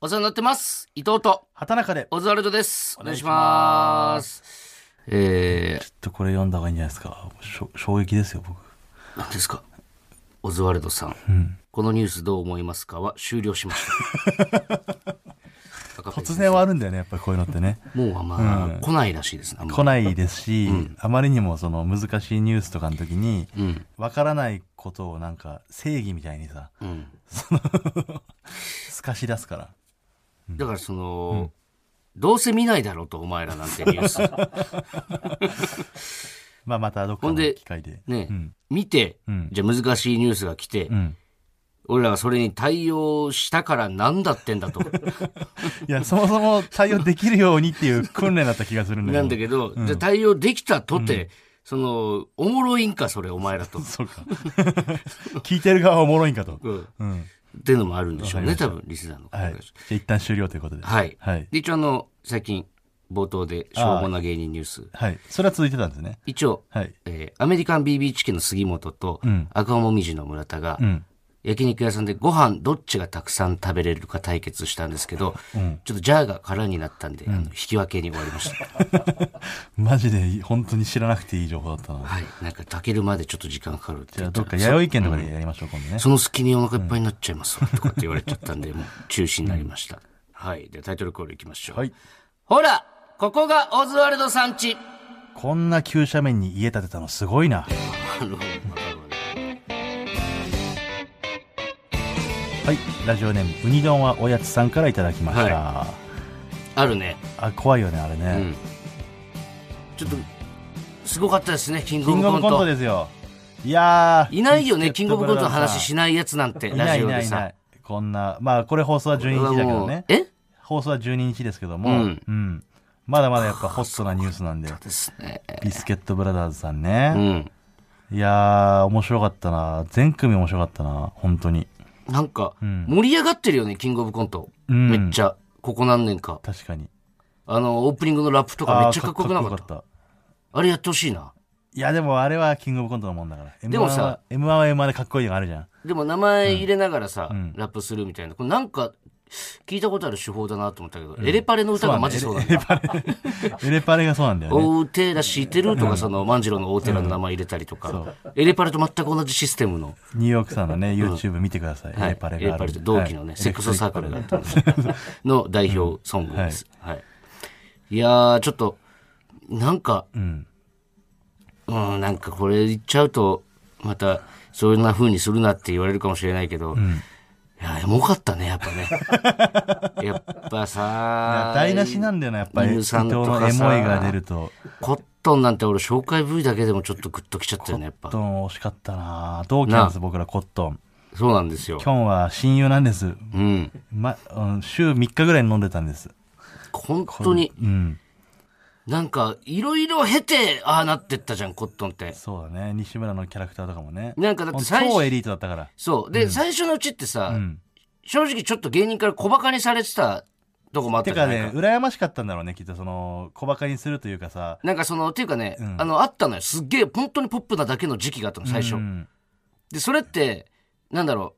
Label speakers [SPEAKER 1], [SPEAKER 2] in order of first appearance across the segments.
[SPEAKER 1] お世話になってます。伊藤と
[SPEAKER 2] 畑中で。ちょ
[SPEAKER 1] オズワルドです。お願いし
[SPEAKER 2] お願
[SPEAKER 1] ま。
[SPEAKER 2] いします
[SPEAKER 1] え
[SPEAKER 2] っとこれ読んだ方がいいんじゃないですか。しょ衝撃ですよ、僕。
[SPEAKER 1] ー、何ですかオズワルドさん,、このニュースどう思いますかは終了しま した。
[SPEAKER 2] 突然はあるんだよね、やっぱりこういうのってね。
[SPEAKER 1] もうあんま、来ないらしいですね。あんま
[SPEAKER 2] 来ないですし、あまりにもその難しいニュースとかの時に、
[SPEAKER 1] うん。
[SPEAKER 2] わからないことをなんか正義みたいにさ、
[SPEAKER 1] うん。
[SPEAKER 2] 透かし出すから。
[SPEAKER 1] だからその、どうせ見ないだろうと、お前らなんてニュー ス。
[SPEAKER 2] まあまたどっか
[SPEAKER 1] ほん
[SPEAKER 2] の
[SPEAKER 1] で
[SPEAKER 2] 機会で。
[SPEAKER 1] ね、
[SPEAKER 2] うん
[SPEAKER 1] 見て、
[SPEAKER 2] うん
[SPEAKER 1] じゃあ難しいニュースが来て、
[SPEAKER 2] うん。
[SPEAKER 1] 俺らはそれに対応したから何だってんだと。
[SPEAKER 2] いや、そもそも対応できるようにっていう訓練だった気がするんだけど。
[SPEAKER 1] なんだけど、じゃあ対応できたとて、その、おもろいんか、それ、お前らと。
[SPEAKER 2] そうか。 聞いてる側はおもろいんかと。
[SPEAKER 1] うん。
[SPEAKER 2] うん。
[SPEAKER 1] っていうのもあるんでしょうね、多分、リスナーの方
[SPEAKER 2] はい。
[SPEAKER 1] で
[SPEAKER 2] じゃあ一旦終了ということで。
[SPEAKER 1] はい。
[SPEAKER 2] はい。
[SPEAKER 1] で、一応あの、最近、冒頭で、しょうもな芸人ニュース。
[SPEAKER 2] はい。それは続いてたんですね。
[SPEAKER 1] 一応、
[SPEAKER 2] はい。
[SPEAKER 1] えーアメリカン BBHK の杉本と、
[SPEAKER 2] ん
[SPEAKER 1] 赤もみじの村田が、
[SPEAKER 2] うん。
[SPEAKER 1] 焼肉屋さんでご飯どっちがたくさん食べれるか対決したんですけど、ちょっとジャーが空になったんで、あの引き分けに終わりました。
[SPEAKER 2] マジで本当に知らなくていい情報だったな。
[SPEAKER 1] はい。なんか炊けるまでちょっと時間かかるって
[SPEAKER 2] じゃ
[SPEAKER 1] 言
[SPEAKER 2] あ
[SPEAKER 1] った
[SPEAKER 2] どっ
[SPEAKER 1] ら
[SPEAKER 2] か弥生県とかでやりましょう、今度ね。
[SPEAKER 1] その隙にお腹いっぱいになっちゃいますわとかって言われちゃったんで、もう中止になりました。はい。で、タイトルコールいきましょう。
[SPEAKER 2] はい。
[SPEAKER 1] ほらここがオズワルドさんち
[SPEAKER 2] こんな急斜面に家建てたのすごいな。
[SPEAKER 1] あの、わかるわね
[SPEAKER 2] はい。ラジオネーム、ウニ丼はおやつさんからいただきました。
[SPEAKER 1] あるね。
[SPEAKER 2] あ、怖いよね、あれ
[SPEAKER 1] う
[SPEAKER 2] ね。
[SPEAKER 1] ん。ちょっと、すごかったですね、キング
[SPEAKER 2] キ
[SPEAKER 1] オ
[SPEAKER 2] ン
[SPEAKER 1] ブ
[SPEAKER 2] グオ
[SPEAKER 1] コ
[SPEAKER 2] ブ
[SPEAKER 1] ン
[SPEAKER 2] コント
[SPEAKER 1] ト。
[SPEAKER 2] ですよ。いやー。
[SPEAKER 1] いないよね、キングオブコントの
[SPEAKER 2] ビ
[SPEAKER 1] 話
[SPEAKER 2] スケ
[SPEAKER 1] しないやつなんて、
[SPEAKER 2] ットブラザ
[SPEAKER 1] ラ
[SPEAKER 2] ー
[SPEAKER 1] ジ
[SPEAKER 2] い
[SPEAKER 1] オ
[SPEAKER 2] な
[SPEAKER 1] で
[SPEAKER 2] いいない
[SPEAKER 1] さ。
[SPEAKER 2] いない。こんな、まあこれ放送は12日だけどね。
[SPEAKER 1] え
[SPEAKER 2] 放送は12日ですけども。
[SPEAKER 1] うん
[SPEAKER 2] うん。まだまだやっぱホットなニュースなんで。
[SPEAKER 1] ですね。
[SPEAKER 2] ビスケットブラザーズさん
[SPEAKER 1] う
[SPEAKER 2] ね。
[SPEAKER 1] ん。
[SPEAKER 2] いやー、面白かったな。全組面白かったな。本当に。
[SPEAKER 1] なんか、
[SPEAKER 2] うん
[SPEAKER 1] 盛り上がってるよね、キングオブコント。
[SPEAKER 2] うん
[SPEAKER 1] めっちゃ、ここ何年か。
[SPEAKER 2] 確かに。
[SPEAKER 1] あの、オープニングのラップとかめっちゃかっこよくなかった。
[SPEAKER 2] た。
[SPEAKER 1] あれやってほしいな。
[SPEAKER 2] いや、でもあれはキングオブコントのもんだから。
[SPEAKER 1] でもさ
[SPEAKER 2] M1 は M1 でかっこいいのがあるじゃん。
[SPEAKER 1] でも名前入れながらさ、
[SPEAKER 2] うん
[SPEAKER 1] ラップするみたいな。これなんか、聞いたことある手法だなと思ったけど、エレパレの歌がマジそうなんだ。
[SPEAKER 2] エレパレがそうなんだよね。
[SPEAKER 1] 大手ら知ってるとか、その、万次郎の大手らの名前入れたりとか、エレパレと全く同じシステムの、
[SPEAKER 2] ニューヨークさんのね、YouTube 見てください。
[SPEAKER 1] はい
[SPEAKER 2] エレパレがあるんで。
[SPEAKER 1] と同期のね、
[SPEAKER 2] はい
[SPEAKER 1] セックスサークルがあったんですけどの代表ソングです。はい。いやー、ちょっと、なんか、
[SPEAKER 2] うん。
[SPEAKER 1] うん、なんかこれ言っちゃうと、また、そんな風にするなって言われるかもしれないけど、いや、エモかったね、やっぱ ね。やっぱさ、
[SPEAKER 2] 台無しなんだよな、やっぱり。伊
[SPEAKER 1] 犬
[SPEAKER 2] 藤
[SPEAKER 1] さんとか
[SPEAKER 2] の
[SPEAKER 1] さ
[SPEAKER 2] エモいが出ると。
[SPEAKER 1] コットンなんて俺紹介 V だけでもちょっとグッときちゃったよね、やっ
[SPEAKER 2] コ
[SPEAKER 1] ぱ
[SPEAKER 2] ッ。トン惜しかったな同期なんです、僕らコットン。
[SPEAKER 1] そうなんですよ
[SPEAKER 2] キ。ョンは親友なんです。
[SPEAKER 1] うん。
[SPEAKER 2] ま、うん週3日ぐらい飲んでたんです。
[SPEAKER 1] 本当に、
[SPEAKER 2] うん。
[SPEAKER 1] なんか、いろいろ経て、ああなってったじゃん、コットンって。
[SPEAKER 2] そうだね。西村のキャラクターとかもね。
[SPEAKER 1] なんかだって最初
[SPEAKER 2] 超エリートだったから。
[SPEAKER 1] そう。で、最初のうちってさ、
[SPEAKER 2] うん。
[SPEAKER 1] 正直ちょっと芸人から小馬鹿にされてたとこもあった
[SPEAKER 2] て
[SPEAKER 1] じゃ
[SPEAKER 2] か
[SPEAKER 1] ないか。
[SPEAKER 2] ね、羨ましかったんだろうね、きっと、その、小馬鹿にするというかさ。
[SPEAKER 1] なんかその、っていうかね、
[SPEAKER 2] うん
[SPEAKER 1] あの、あったのよ。すっげえ、本当にポップなだけの時期があったの、最初。
[SPEAKER 2] うん
[SPEAKER 1] で、それって、なんだろ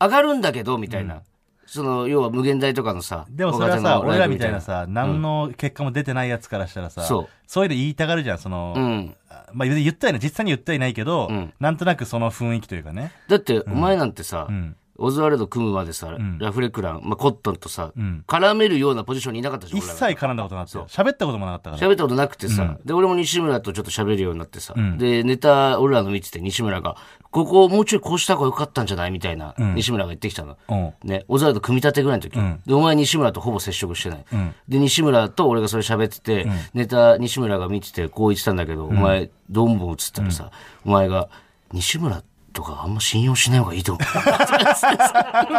[SPEAKER 1] う、上がるんだけど、みたいな。その、要は無限大とかのさ、
[SPEAKER 2] でもそれは
[SPEAKER 1] 若
[SPEAKER 2] さ、
[SPEAKER 1] 手のラ
[SPEAKER 2] 俺
[SPEAKER 1] イ
[SPEAKER 2] ら
[SPEAKER 1] ブ
[SPEAKER 2] みたいなさ、何の結果も出てないやつからしたらさ、
[SPEAKER 1] そう
[SPEAKER 2] いうの言いたがるじゃん、その、
[SPEAKER 1] うん。
[SPEAKER 2] まあ別に言ったよね、実際に言ってはいないけど、
[SPEAKER 1] うん
[SPEAKER 2] なんとなくその雰囲気というかね。
[SPEAKER 1] だって、お前なんてさ、
[SPEAKER 2] うん。
[SPEAKER 1] オズワルド組むまでさ、
[SPEAKER 2] ん
[SPEAKER 1] ラフレクラン、まあ、コットンとさ、
[SPEAKER 2] うん。
[SPEAKER 1] 絡めるようなポジションにいなかったじゃん、
[SPEAKER 2] 一
[SPEAKER 1] 俺ら
[SPEAKER 2] 切絡んだことなくて、喋ったこともなかったから。
[SPEAKER 1] 喋ったことなくてさ、で、俺も西村とちょっと喋るようになってさ、
[SPEAKER 2] ん
[SPEAKER 1] で、ネタ、俺らの見てて西村が、ここをもうちょいこうした方が良かったんじゃないみたいな、
[SPEAKER 2] ん
[SPEAKER 1] 西村が言ってきたの。
[SPEAKER 2] うん。
[SPEAKER 1] ね、小沢と組み立てぐらいの時、
[SPEAKER 2] ん
[SPEAKER 1] でお前西村とほぼ接触してない、
[SPEAKER 2] ん
[SPEAKER 1] で西村と俺がそれ喋ってて、ネタ西村が見ててこう言ってたんだけど、お前どんぼん映ったらさ、お前が西村とかあんま信用しない方がいい と思うなんか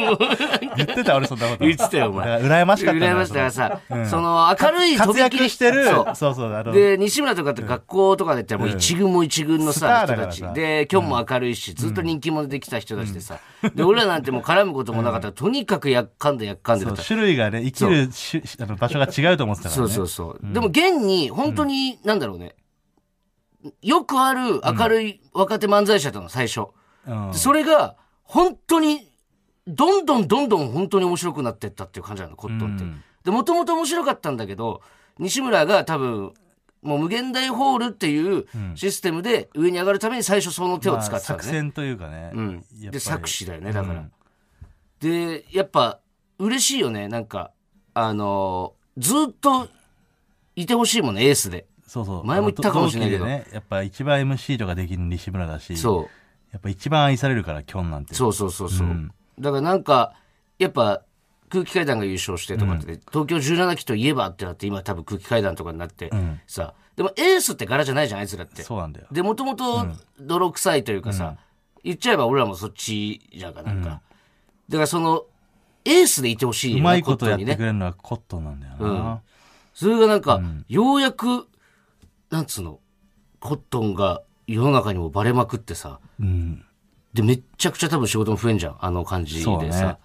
[SPEAKER 1] もう
[SPEAKER 2] 言ってた俺そんなこと。
[SPEAKER 1] 言ってたよお前
[SPEAKER 2] だから羨ましかったんだ
[SPEAKER 1] 羨
[SPEAKER 2] よ。
[SPEAKER 1] まし
[SPEAKER 2] その
[SPEAKER 1] たさ、その明るい飛
[SPEAKER 2] 活
[SPEAKER 1] び切
[SPEAKER 2] 躍
[SPEAKER 1] り
[SPEAKER 2] してる、
[SPEAKER 1] そう
[SPEAKER 2] そうそう、あの、
[SPEAKER 1] で、西村とかって学校とかで言ったらもう一軍も一軍のさ、
[SPEAKER 2] うんスタ
[SPEAKER 1] 人
[SPEAKER 2] ーだから
[SPEAKER 1] た
[SPEAKER 2] さ
[SPEAKER 1] ち。で、今日も明るいし、ずっと人気も出てきた人たちでさ。で、俺らなんてもう絡むこともなかったら、とにかくやっかんでやっかんでだ
[SPEAKER 2] そう
[SPEAKER 1] った。
[SPEAKER 2] 種類がね、生きるしあの場所が違うと思ってたか
[SPEAKER 1] そ
[SPEAKER 2] らね。
[SPEAKER 1] うそうそう。でも現に、本当に、なんだろうね。よくある明るい若手漫才師だったの、最初。
[SPEAKER 2] うん
[SPEAKER 1] でそれが、本当に、どんどんどんどん本当に面白くなってったっていう感じなの、コットンって。で、もともと面白かったんだけど、西村が多分、もう無限大ホールっていうシステムで上に上がるために最初その手を使ってたの
[SPEAKER 2] 作
[SPEAKER 1] ね。
[SPEAKER 2] 戦というかね。
[SPEAKER 1] うん、
[SPEAKER 2] やっぱり
[SPEAKER 1] で作詞だよねだから、
[SPEAKER 2] うん
[SPEAKER 1] でやっぱ嬉しいよねなんかあのーずっといてほしいもんねエースで
[SPEAKER 2] そうそう。
[SPEAKER 1] 前も言ったかもしれないけど
[SPEAKER 2] 同期でね、やっぱ一番 MC とかできる西村だし、
[SPEAKER 1] そ
[SPEAKER 2] やっぱ一番愛されるから、キョンなんて。
[SPEAKER 1] うそうそうそうそう、
[SPEAKER 2] うん
[SPEAKER 1] だからなんかやっぱ空気階段が優勝してとかって、東京17期といえばってなって今多分空気階段とかになって、
[SPEAKER 2] ん
[SPEAKER 1] さでもエースって柄じゃないじゃんあいつらって
[SPEAKER 2] そうなんだよ。
[SPEAKER 1] でもともと泥臭いというかさ、言っちゃえば俺らもそっちじゃんかなんか、だからそのエースでいてほしいよ
[SPEAKER 2] う
[SPEAKER 1] ね
[SPEAKER 2] まいこ
[SPEAKER 1] コ
[SPEAKER 2] と
[SPEAKER 1] ッ
[SPEAKER 2] や
[SPEAKER 1] ト
[SPEAKER 2] っ
[SPEAKER 1] ンに
[SPEAKER 2] て
[SPEAKER 1] ね
[SPEAKER 2] くれるのはコットンなんだよな。
[SPEAKER 1] それがなんか、ようやく、なんつうの、コットンが世の中にもバレまくってさ、
[SPEAKER 2] うん。
[SPEAKER 1] で、めっちゃくちゃ多分仕事も増えんじゃん、あの感じ
[SPEAKER 2] そう
[SPEAKER 1] で
[SPEAKER 2] ね
[SPEAKER 1] さ。。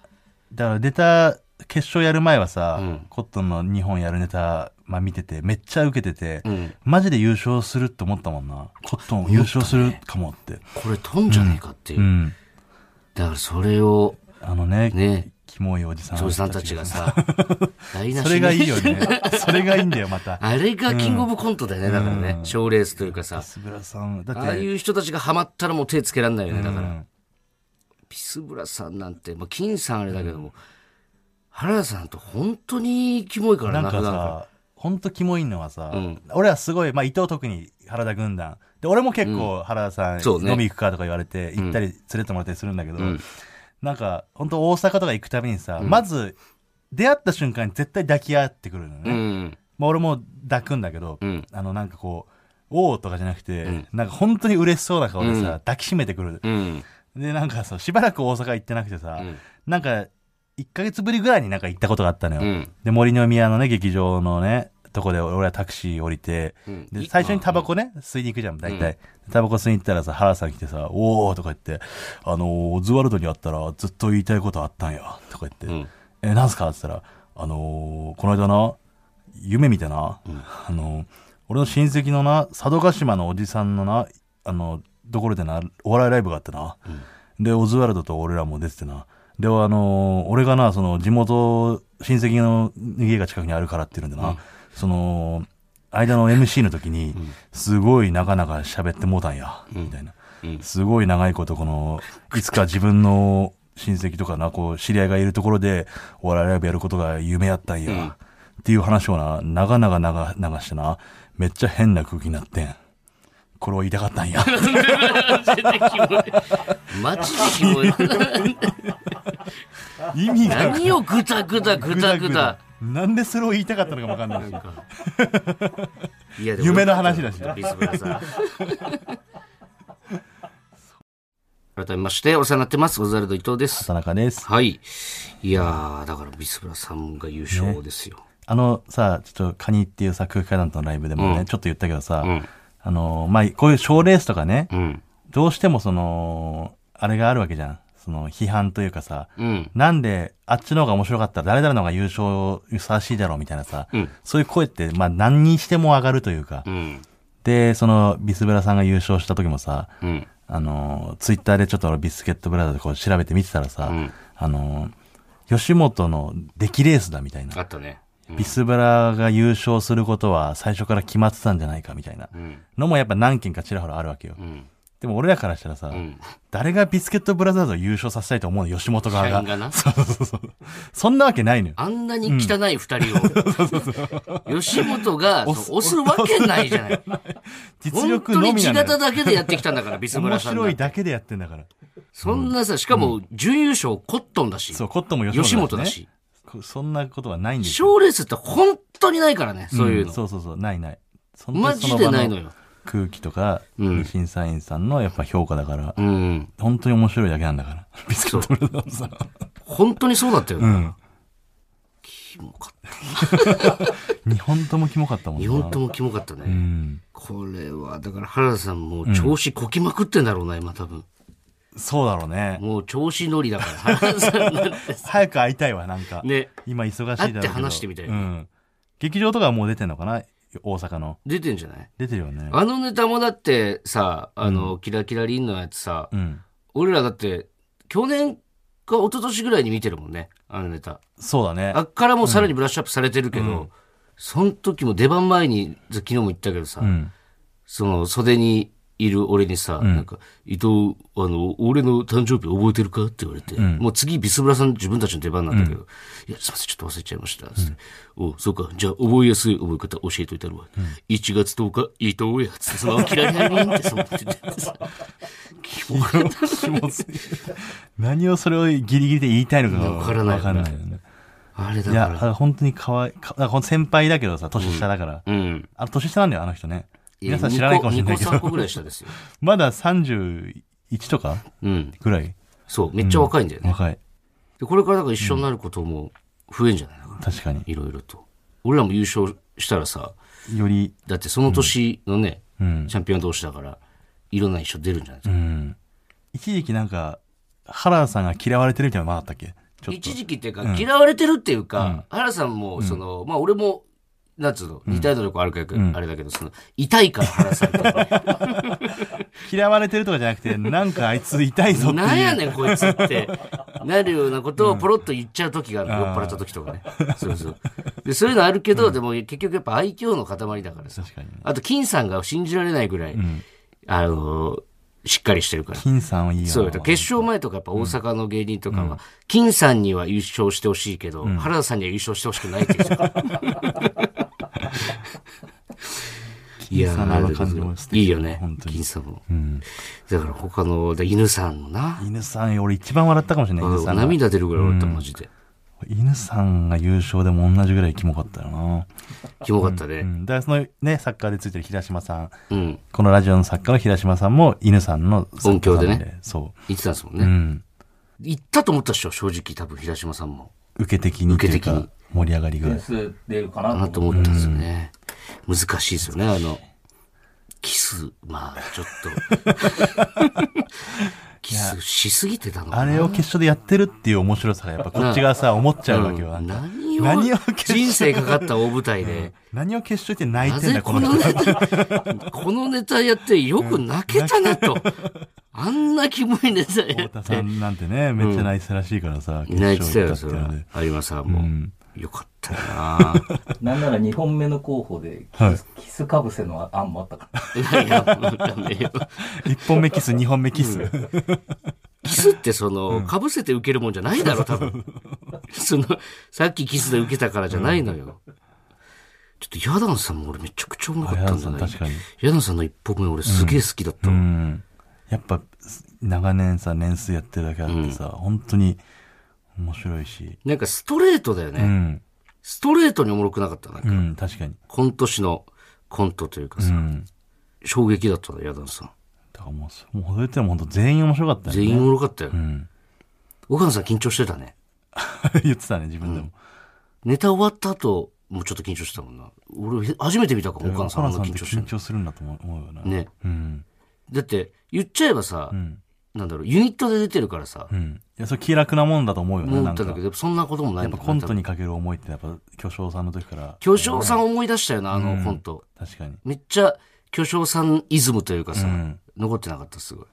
[SPEAKER 2] だからネタ、決勝やる前はさ、コットンの2本やるネタ、まあ見てて、めっちゃ受けてて、
[SPEAKER 1] ん
[SPEAKER 2] マジで優勝するって思ったもんな。コットン優勝するかもって。
[SPEAKER 1] これ飛んじゃねえかっていう。
[SPEAKER 2] うん。
[SPEAKER 1] だからそれを、
[SPEAKER 2] あのね、
[SPEAKER 1] ね、
[SPEAKER 2] キモいおじさん。
[SPEAKER 1] 長司さんたちがさ、台無し
[SPEAKER 2] それがいいよね。それがいいんだよ、ま た。
[SPEAKER 1] あれがキングオブコントだよね、だからね。賞、レースというかさ、
[SPEAKER 2] 安村さん、だって、
[SPEAKER 1] ああいう人たちがハマったらもう手つけらんないよね、だから。
[SPEAKER 2] うん
[SPEAKER 1] ピスブラさんなんて、まあ、金さんあれだけども、原田さんと本当にキモいから
[SPEAKER 2] な
[SPEAKER 1] な、
[SPEAKER 2] んか
[SPEAKER 1] 普段から
[SPEAKER 2] さ、ほんとキモいのはさ、俺はすごい、まあ伊藤特に原田軍団。で、俺も結構原田さん、
[SPEAKER 1] そうね
[SPEAKER 2] 飲み行くかとか言われて、行ったり連れてもらったりするんだけど、なんか、ほんと大阪とか行くたびにさ、まず、出会った瞬間に絶対抱き合ってくるのね。
[SPEAKER 1] うん。
[SPEAKER 2] まあ俺も抱くんだけど、
[SPEAKER 1] ん
[SPEAKER 2] あのなんかこう、おーとかじゃなくて、なんか本当に嬉しそうな顔でさ、抱きしめてくる。
[SPEAKER 1] うん。
[SPEAKER 2] で、なんかさ、しばらく大阪行ってなくてさ、
[SPEAKER 1] ん
[SPEAKER 2] なんか、1ヶ月ぶりぐらいになんか行ったことがあったのよ。
[SPEAKER 1] うん
[SPEAKER 2] で、森の宮のね、劇場のね、とこで俺はタクシー降りて、
[SPEAKER 1] ん
[SPEAKER 2] で、最初にタバコね、吸いに行くじゃん、大体。タバコ吸いに行ったらさ、原さん来てさ、おーとか言って、あのーオズワルドに会ったらずっと言いたいことあったんや、とか言って、
[SPEAKER 1] ん
[SPEAKER 2] え、なんすかって言ったら、あのーこの間な、夢見てな、あのー俺の親戚のな、佐渡島のおじさんのな、あの、ところでな、お笑いライブがあってな、で、オズワルドと俺らも出ててな。で、あのー俺がな、その、地元、親戚の家が近くにあるからっていうんでな、その、間の MC の時に、すごいなかなか喋ってもうたんや、みたいな。すごい長いこと、この、 いつか自分の親戚とかな、こう、知り合いがいるところで、お笑いライブやることが夢やったんや、っていう話をな、長々長々してな、めっちゃ変な空気になってん。これを言いたかった んや。
[SPEAKER 1] マジでキモい。
[SPEAKER 2] 意味が
[SPEAKER 1] 何をグダグダグダグダ。
[SPEAKER 2] なんでそれを言いたかったのかわかんないし。
[SPEAKER 1] いや
[SPEAKER 2] 夢の話だし
[SPEAKER 1] ビスブラさん。改めまして、お世話になってます。オズワルド伊藤です。
[SPEAKER 2] 田中です。
[SPEAKER 1] はい。いやー、だからビスブラさんが優勝ですよ。
[SPEAKER 2] あのさ、ちょっとカニっていうさ、空気階段とのライブでもね、ちょっと言ったけどさ、
[SPEAKER 1] ん
[SPEAKER 2] あの、まあ、こういう賞ーレースとかね、
[SPEAKER 1] うん。
[SPEAKER 2] どうしてもその、あれがあるわけじゃん。その、批判というかさ、
[SPEAKER 1] うん。
[SPEAKER 2] なんで、あっちの方が面白かったら誰々の方が優勝ふさわしいだろうみたいなさ、
[SPEAKER 1] うん
[SPEAKER 2] そういう声って、まあ、何にしても上がるというか、
[SPEAKER 1] うん。
[SPEAKER 2] で、その、ビスブラさんが優勝した時もさ、
[SPEAKER 1] うん。
[SPEAKER 2] あの、ツイッターでちょっと俺ビスケットブラザーでこう調べて見てたらさ、
[SPEAKER 1] ん
[SPEAKER 2] あの、吉本の出来レースだみたいな。
[SPEAKER 1] あったね。
[SPEAKER 2] ビスブラが優勝することは最初から決まってたんじゃないかみたいな
[SPEAKER 1] うん。
[SPEAKER 2] のもやっぱ何件かちらほらあるわけよ。
[SPEAKER 1] うん。
[SPEAKER 2] でも俺らからしたらさ、
[SPEAKER 1] ん
[SPEAKER 2] 誰がビスケットブラザーズを優勝させたいと思うの吉本側
[SPEAKER 1] 社員が
[SPEAKER 2] が。
[SPEAKER 1] な。
[SPEAKER 2] そうそうそう。そんなわけないのよ。
[SPEAKER 1] あんなに汚い二人を、吉本がそう押すわけないじゃない。
[SPEAKER 2] 実
[SPEAKER 1] 本
[SPEAKER 2] 力
[SPEAKER 1] 当
[SPEAKER 2] の
[SPEAKER 1] に
[SPEAKER 2] み
[SPEAKER 1] 地
[SPEAKER 2] なんだ
[SPEAKER 1] 形
[SPEAKER 2] よ。
[SPEAKER 1] だけでやってきたんだから、ビスブラ
[SPEAKER 2] 面
[SPEAKER 1] さんだっ
[SPEAKER 2] 白
[SPEAKER 1] て
[SPEAKER 2] いだけでやってんだから。
[SPEAKER 1] そんなさ、しかも、準優勝コットンだし、
[SPEAKER 2] そう、コットンも
[SPEAKER 1] 吉
[SPEAKER 2] 吉
[SPEAKER 1] 本
[SPEAKER 2] 本
[SPEAKER 1] だ
[SPEAKER 2] だ
[SPEAKER 1] し
[SPEAKER 2] し、ね。こそんなことはないんですよ。
[SPEAKER 1] 賞レースって本当にないからね、そういう
[SPEAKER 2] うん
[SPEAKER 1] の。
[SPEAKER 2] そうそうそう。ないない。そんな
[SPEAKER 1] マジでない
[SPEAKER 2] よ
[SPEAKER 1] のよ。
[SPEAKER 2] 空気とか、
[SPEAKER 1] うん
[SPEAKER 2] 審査員さんのやっぱ評価だから、
[SPEAKER 1] うん。
[SPEAKER 2] 本当に面白いだけなん だから。ビスケットブラザーズさん。
[SPEAKER 1] 本当にそうだったよ
[SPEAKER 2] う
[SPEAKER 1] ね。
[SPEAKER 2] ん。
[SPEAKER 1] キモかった。
[SPEAKER 2] 日本ともキモかったもん
[SPEAKER 1] 日
[SPEAKER 2] な。
[SPEAKER 1] 本ともキモかった
[SPEAKER 2] う
[SPEAKER 1] ね。
[SPEAKER 2] ん。
[SPEAKER 1] これは、だから原田さんもう調子こきまくってんだろうな、今多分。
[SPEAKER 2] そうだろうね。
[SPEAKER 1] もう調子乗りだから、原田さんなんてさ
[SPEAKER 2] 早く会いたいわ、なんか。
[SPEAKER 1] ね、
[SPEAKER 2] 今忙しいだろうけど。
[SPEAKER 1] 会って話してみたいな
[SPEAKER 2] うん。劇場とかはもう出てんのかな大阪の。
[SPEAKER 1] 出てんじゃない
[SPEAKER 2] 出てるよね。
[SPEAKER 1] あのネタもだってさ、あの、キラキラリンのやつさ、
[SPEAKER 2] うん。
[SPEAKER 1] 俺らだって、去年これ一昨年ぐらいに見てるもんね、あのネタ。
[SPEAKER 2] そうだね
[SPEAKER 1] あ。っからもうさらにブラッシュアップされてるけど、その時も出番前に、昨日も言ったけどさ、
[SPEAKER 2] うん。
[SPEAKER 1] その袖にいる俺にさ、なんか、伊藤、あの、俺の誕生日覚えてるかって言われて、もう次ビスブラさん自分たちの出番なんだけど、いや、すいません、ちょっと忘れちゃいました。つっておそうか、じゃあ覚えやすい覚え方教えといたるわ。1月10日、伊藤や、つって、そのまま嫌いな人ってそう思っててさ。キモかった
[SPEAKER 2] 気持ちいい何をそれをギリギリで言いたいのかが
[SPEAKER 1] わからないよね
[SPEAKER 2] わかんないよね。
[SPEAKER 1] あれだか
[SPEAKER 2] いや、
[SPEAKER 1] ら。
[SPEAKER 2] あ本当に可愛い。かなんかほんと先輩だけどさ、年下だから。
[SPEAKER 1] うん。
[SPEAKER 2] あの、年下なんだよ、あの人ね。
[SPEAKER 1] いや
[SPEAKER 2] 皆さん知らないかもしれないけ
[SPEAKER 1] 二個、三個
[SPEAKER 2] ど。
[SPEAKER 1] ぐらい下ですよ。
[SPEAKER 2] まだ31とか
[SPEAKER 1] うん。
[SPEAKER 2] ぐらい
[SPEAKER 1] そう、めっちゃ若いんだよね。
[SPEAKER 2] 若い。
[SPEAKER 1] でこれからだから一緒になることも増えんじゃないだから
[SPEAKER 2] 確かに。
[SPEAKER 1] いろいろと。俺らも優勝したらさ、
[SPEAKER 2] より、
[SPEAKER 1] だってその年のね、
[SPEAKER 2] うん。
[SPEAKER 1] チャンピオン同士だから、いろんな一緒出るんじゃないです
[SPEAKER 2] う
[SPEAKER 1] か。
[SPEAKER 2] ん。一時期なんか、原田さんが嫌われてるみたいなのもあったっけちょっと。
[SPEAKER 1] 一時期っていうか、嫌われてるっていうか、原さんも、その、まあ俺も、なんつうの、似たようなとこあるから、あれだけど、その、痛いから原さん と。
[SPEAKER 2] 嫌われてるとかじゃなくて、なんかあいつ痛いぞっていう。
[SPEAKER 1] なんやねんこいつって、なるようなことをポロッと言っちゃう時があるの、酔っ払った時とかね。そうそう。で、そういうのあるけど、でも結局やっぱ愛嬌の塊だからさ。
[SPEAKER 2] 確かに。
[SPEAKER 1] あと、金さんが信じられないぐらい、あのー、しっかりしてるから。
[SPEAKER 2] 金さんはいいよな
[SPEAKER 1] そうよ。決勝前とかやっぱ大阪の芸人とかは、金さんには優勝してほしいけど、原田さんには優勝してほしくないって いう人いや
[SPEAKER 2] 金さんのあの
[SPEAKER 1] ー
[SPEAKER 2] 感じも素敵
[SPEAKER 1] いいよね
[SPEAKER 2] 本。当に
[SPEAKER 1] 金さんも。
[SPEAKER 2] うん。
[SPEAKER 1] だから他の、だ犬さんもな。
[SPEAKER 2] 犬さん、俺一番笑ったかもしれない。犬さんが。
[SPEAKER 1] 涙出るぐらい笑った、マジで。
[SPEAKER 2] 犬さんが優勝でも同じぐらいキモかったよな。
[SPEAKER 1] キモかった
[SPEAKER 2] う
[SPEAKER 1] ね。
[SPEAKER 2] ん。だからそのね、サッカーでついてる平島さん。
[SPEAKER 1] うん。
[SPEAKER 2] このラジオの作家の平島さんも犬さんの作家さん
[SPEAKER 1] 音響でね。
[SPEAKER 2] そ
[SPEAKER 1] 言ってたんですもん
[SPEAKER 2] う。う
[SPEAKER 1] ね。
[SPEAKER 2] ん。
[SPEAKER 1] 言ったと思ったっしょ、正直多分、平島さんも。
[SPEAKER 2] 受け的にという
[SPEAKER 1] 受け
[SPEAKER 2] か、盛り上がりが。
[SPEAKER 3] ス出るかな
[SPEAKER 1] かなと思ったんですよね。難しいですよね、あの、キス、まあ、ちょっと、 キスしすぎてたのかな
[SPEAKER 2] あれを決勝でやってるっていう面白さがやっぱこっちがさ、思っちゃうわけよ。
[SPEAKER 1] う
[SPEAKER 2] なんんか
[SPEAKER 1] 何を
[SPEAKER 2] 何を決
[SPEAKER 1] 人生かかった大舞台で、
[SPEAKER 2] 何を決勝で泣
[SPEAKER 1] ない
[SPEAKER 2] てん
[SPEAKER 1] ぜ
[SPEAKER 2] だ、
[SPEAKER 1] こ
[SPEAKER 2] この
[SPEAKER 1] の
[SPEAKER 2] 人。
[SPEAKER 1] ネタ、 このネタやってよく泣けたなと。あんなキモいネタや
[SPEAKER 2] 太
[SPEAKER 1] っ
[SPEAKER 2] 田
[SPEAKER 1] て。
[SPEAKER 2] さんなんてね、めっちゃ泣いてたらしいからさ、
[SPEAKER 1] 泣いてた
[SPEAKER 2] 行
[SPEAKER 1] よ、
[SPEAKER 2] った
[SPEAKER 1] そ
[SPEAKER 2] っ
[SPEAKER 1] れ
[SPEAKER 2] ていう
[SPEAKER 1] は
[SPEAKER 2] ので。。
[SPEAKER 1] 有馬さんも。
[SPEAKER 2] ん
[SPEAKER 1] よかった な
[SPEAKER 3] なんなら2本目の候補でキス,、
[SPEAKER 2] はい
[SPEAKER 3] キスかぶせの案もあったから。
[SPEAKER 1] いや、もうダメよ。
[SPEAKER 2] 1本目キス、2本目キ ス。
[SPEAKER 1] キスってその、かぶせて受けるもんじゃないだろ、多 分。その、さっきキスで受けたからじゃないのよ。ちょっとヤダンさんも俺めちゃくちゃうまか
[SPEAKER 2] あ
[SPEAKER 1] っ
[SPEAKER 2] れ
[SPEAKER 1] た
[SPEAKER 2] なんん
[SPEAKER 1] じ
[SPEAKER 2] さ
[SPEAKER 1] ゃ
[SPEAKER 2] ん
[SPEAKER 1] ない
[SPEAKER 2] 確かに。
[SPEAKER 1] ヤダンさんの一歩目俺すげえ好きだった
[SPEAKER 2] う
[SPEAKER 1] わ。
[SPEAKER 2] ん。やっぱ、長年さ、年数やってるだけあってさ、本当に面白いし。
[SPEAKER 1] なんかストレートだよ
[SPEAKER 2] う
[SPEAKER 1] ね。
[SPEAKER 2] ん。
[SPEAKER 1] ストレートにおもろくなかったな。
[SPEAKER 2] うん、確かに。
[SPEAKER 1] 今年のコントというか
[SPEAKER 2] う
[SPEAKER 1] さ、
[SPEAKER 2] ん。
[SPEAKER 1] 衝撃だったね、ヤダンさん。
[SPEAKER 2] だからもうそ、もうそれってもう本当全員面白かったよね。
[SPEAKER 1] 全員おもろかったよ
[SPEAKER 2] う。ん。
[SPEAKER 1] 岡野さん緊張してたね。
[SPEAKER 2] 言ってたね、自分でも。
[SPEAKER 1] ネタ終わった後、もうちょっと緊張してたもんな。俺、初めて見たかも、岡野さんあんな
[SPEAKER 2] 岡野
[SPEAKER 1] 緊張して
[SPEAKER 2] 緊
[SPEAKER 1] る
[SPEAKER 2] 張するんだと思う思うよな。
[SPEAKER 1] の。ね。
[SPEAKER 2] うん。
[SPEAKER 1] だって、言っちゃえばさ、
[SPEAKER 2] うん。
[SPEAKER 1] なんだろう、ユニットで出てるからさ
[SPEAKER 2] う、ん。いや、それ気楽なもんだと思うよね、
[SPEAKER 1] 思
[SPEAKER 2] な
[SPEAKER 1] っ
[SPEAKER 2] ん
[SPEAKER 1] た
[SPEAKER 2] か。
[SPEAKER 1] んだけ
[SPEAKER 2] や
[SPEAKER 1] ど、やっぱそんなこともない
[SPEAKER 2] っ
[SPEAKER 1] んだ
[SPEAKER 2] ぱ
[SPEAKER 1] よ
[SPEAKER 2] コントにかける思いってやっぱ巨匠さんの時から
[SPEAKER 1] 巨匠さん思い出したよな、あのコント。
[SPEAKER 2] 確かに
[SPEAKER 1] めっちゃ巨匠さんイズムというかさ、
[SPEAKER 2] うん
[SPEAKER 1] 残ってなかった、すごい。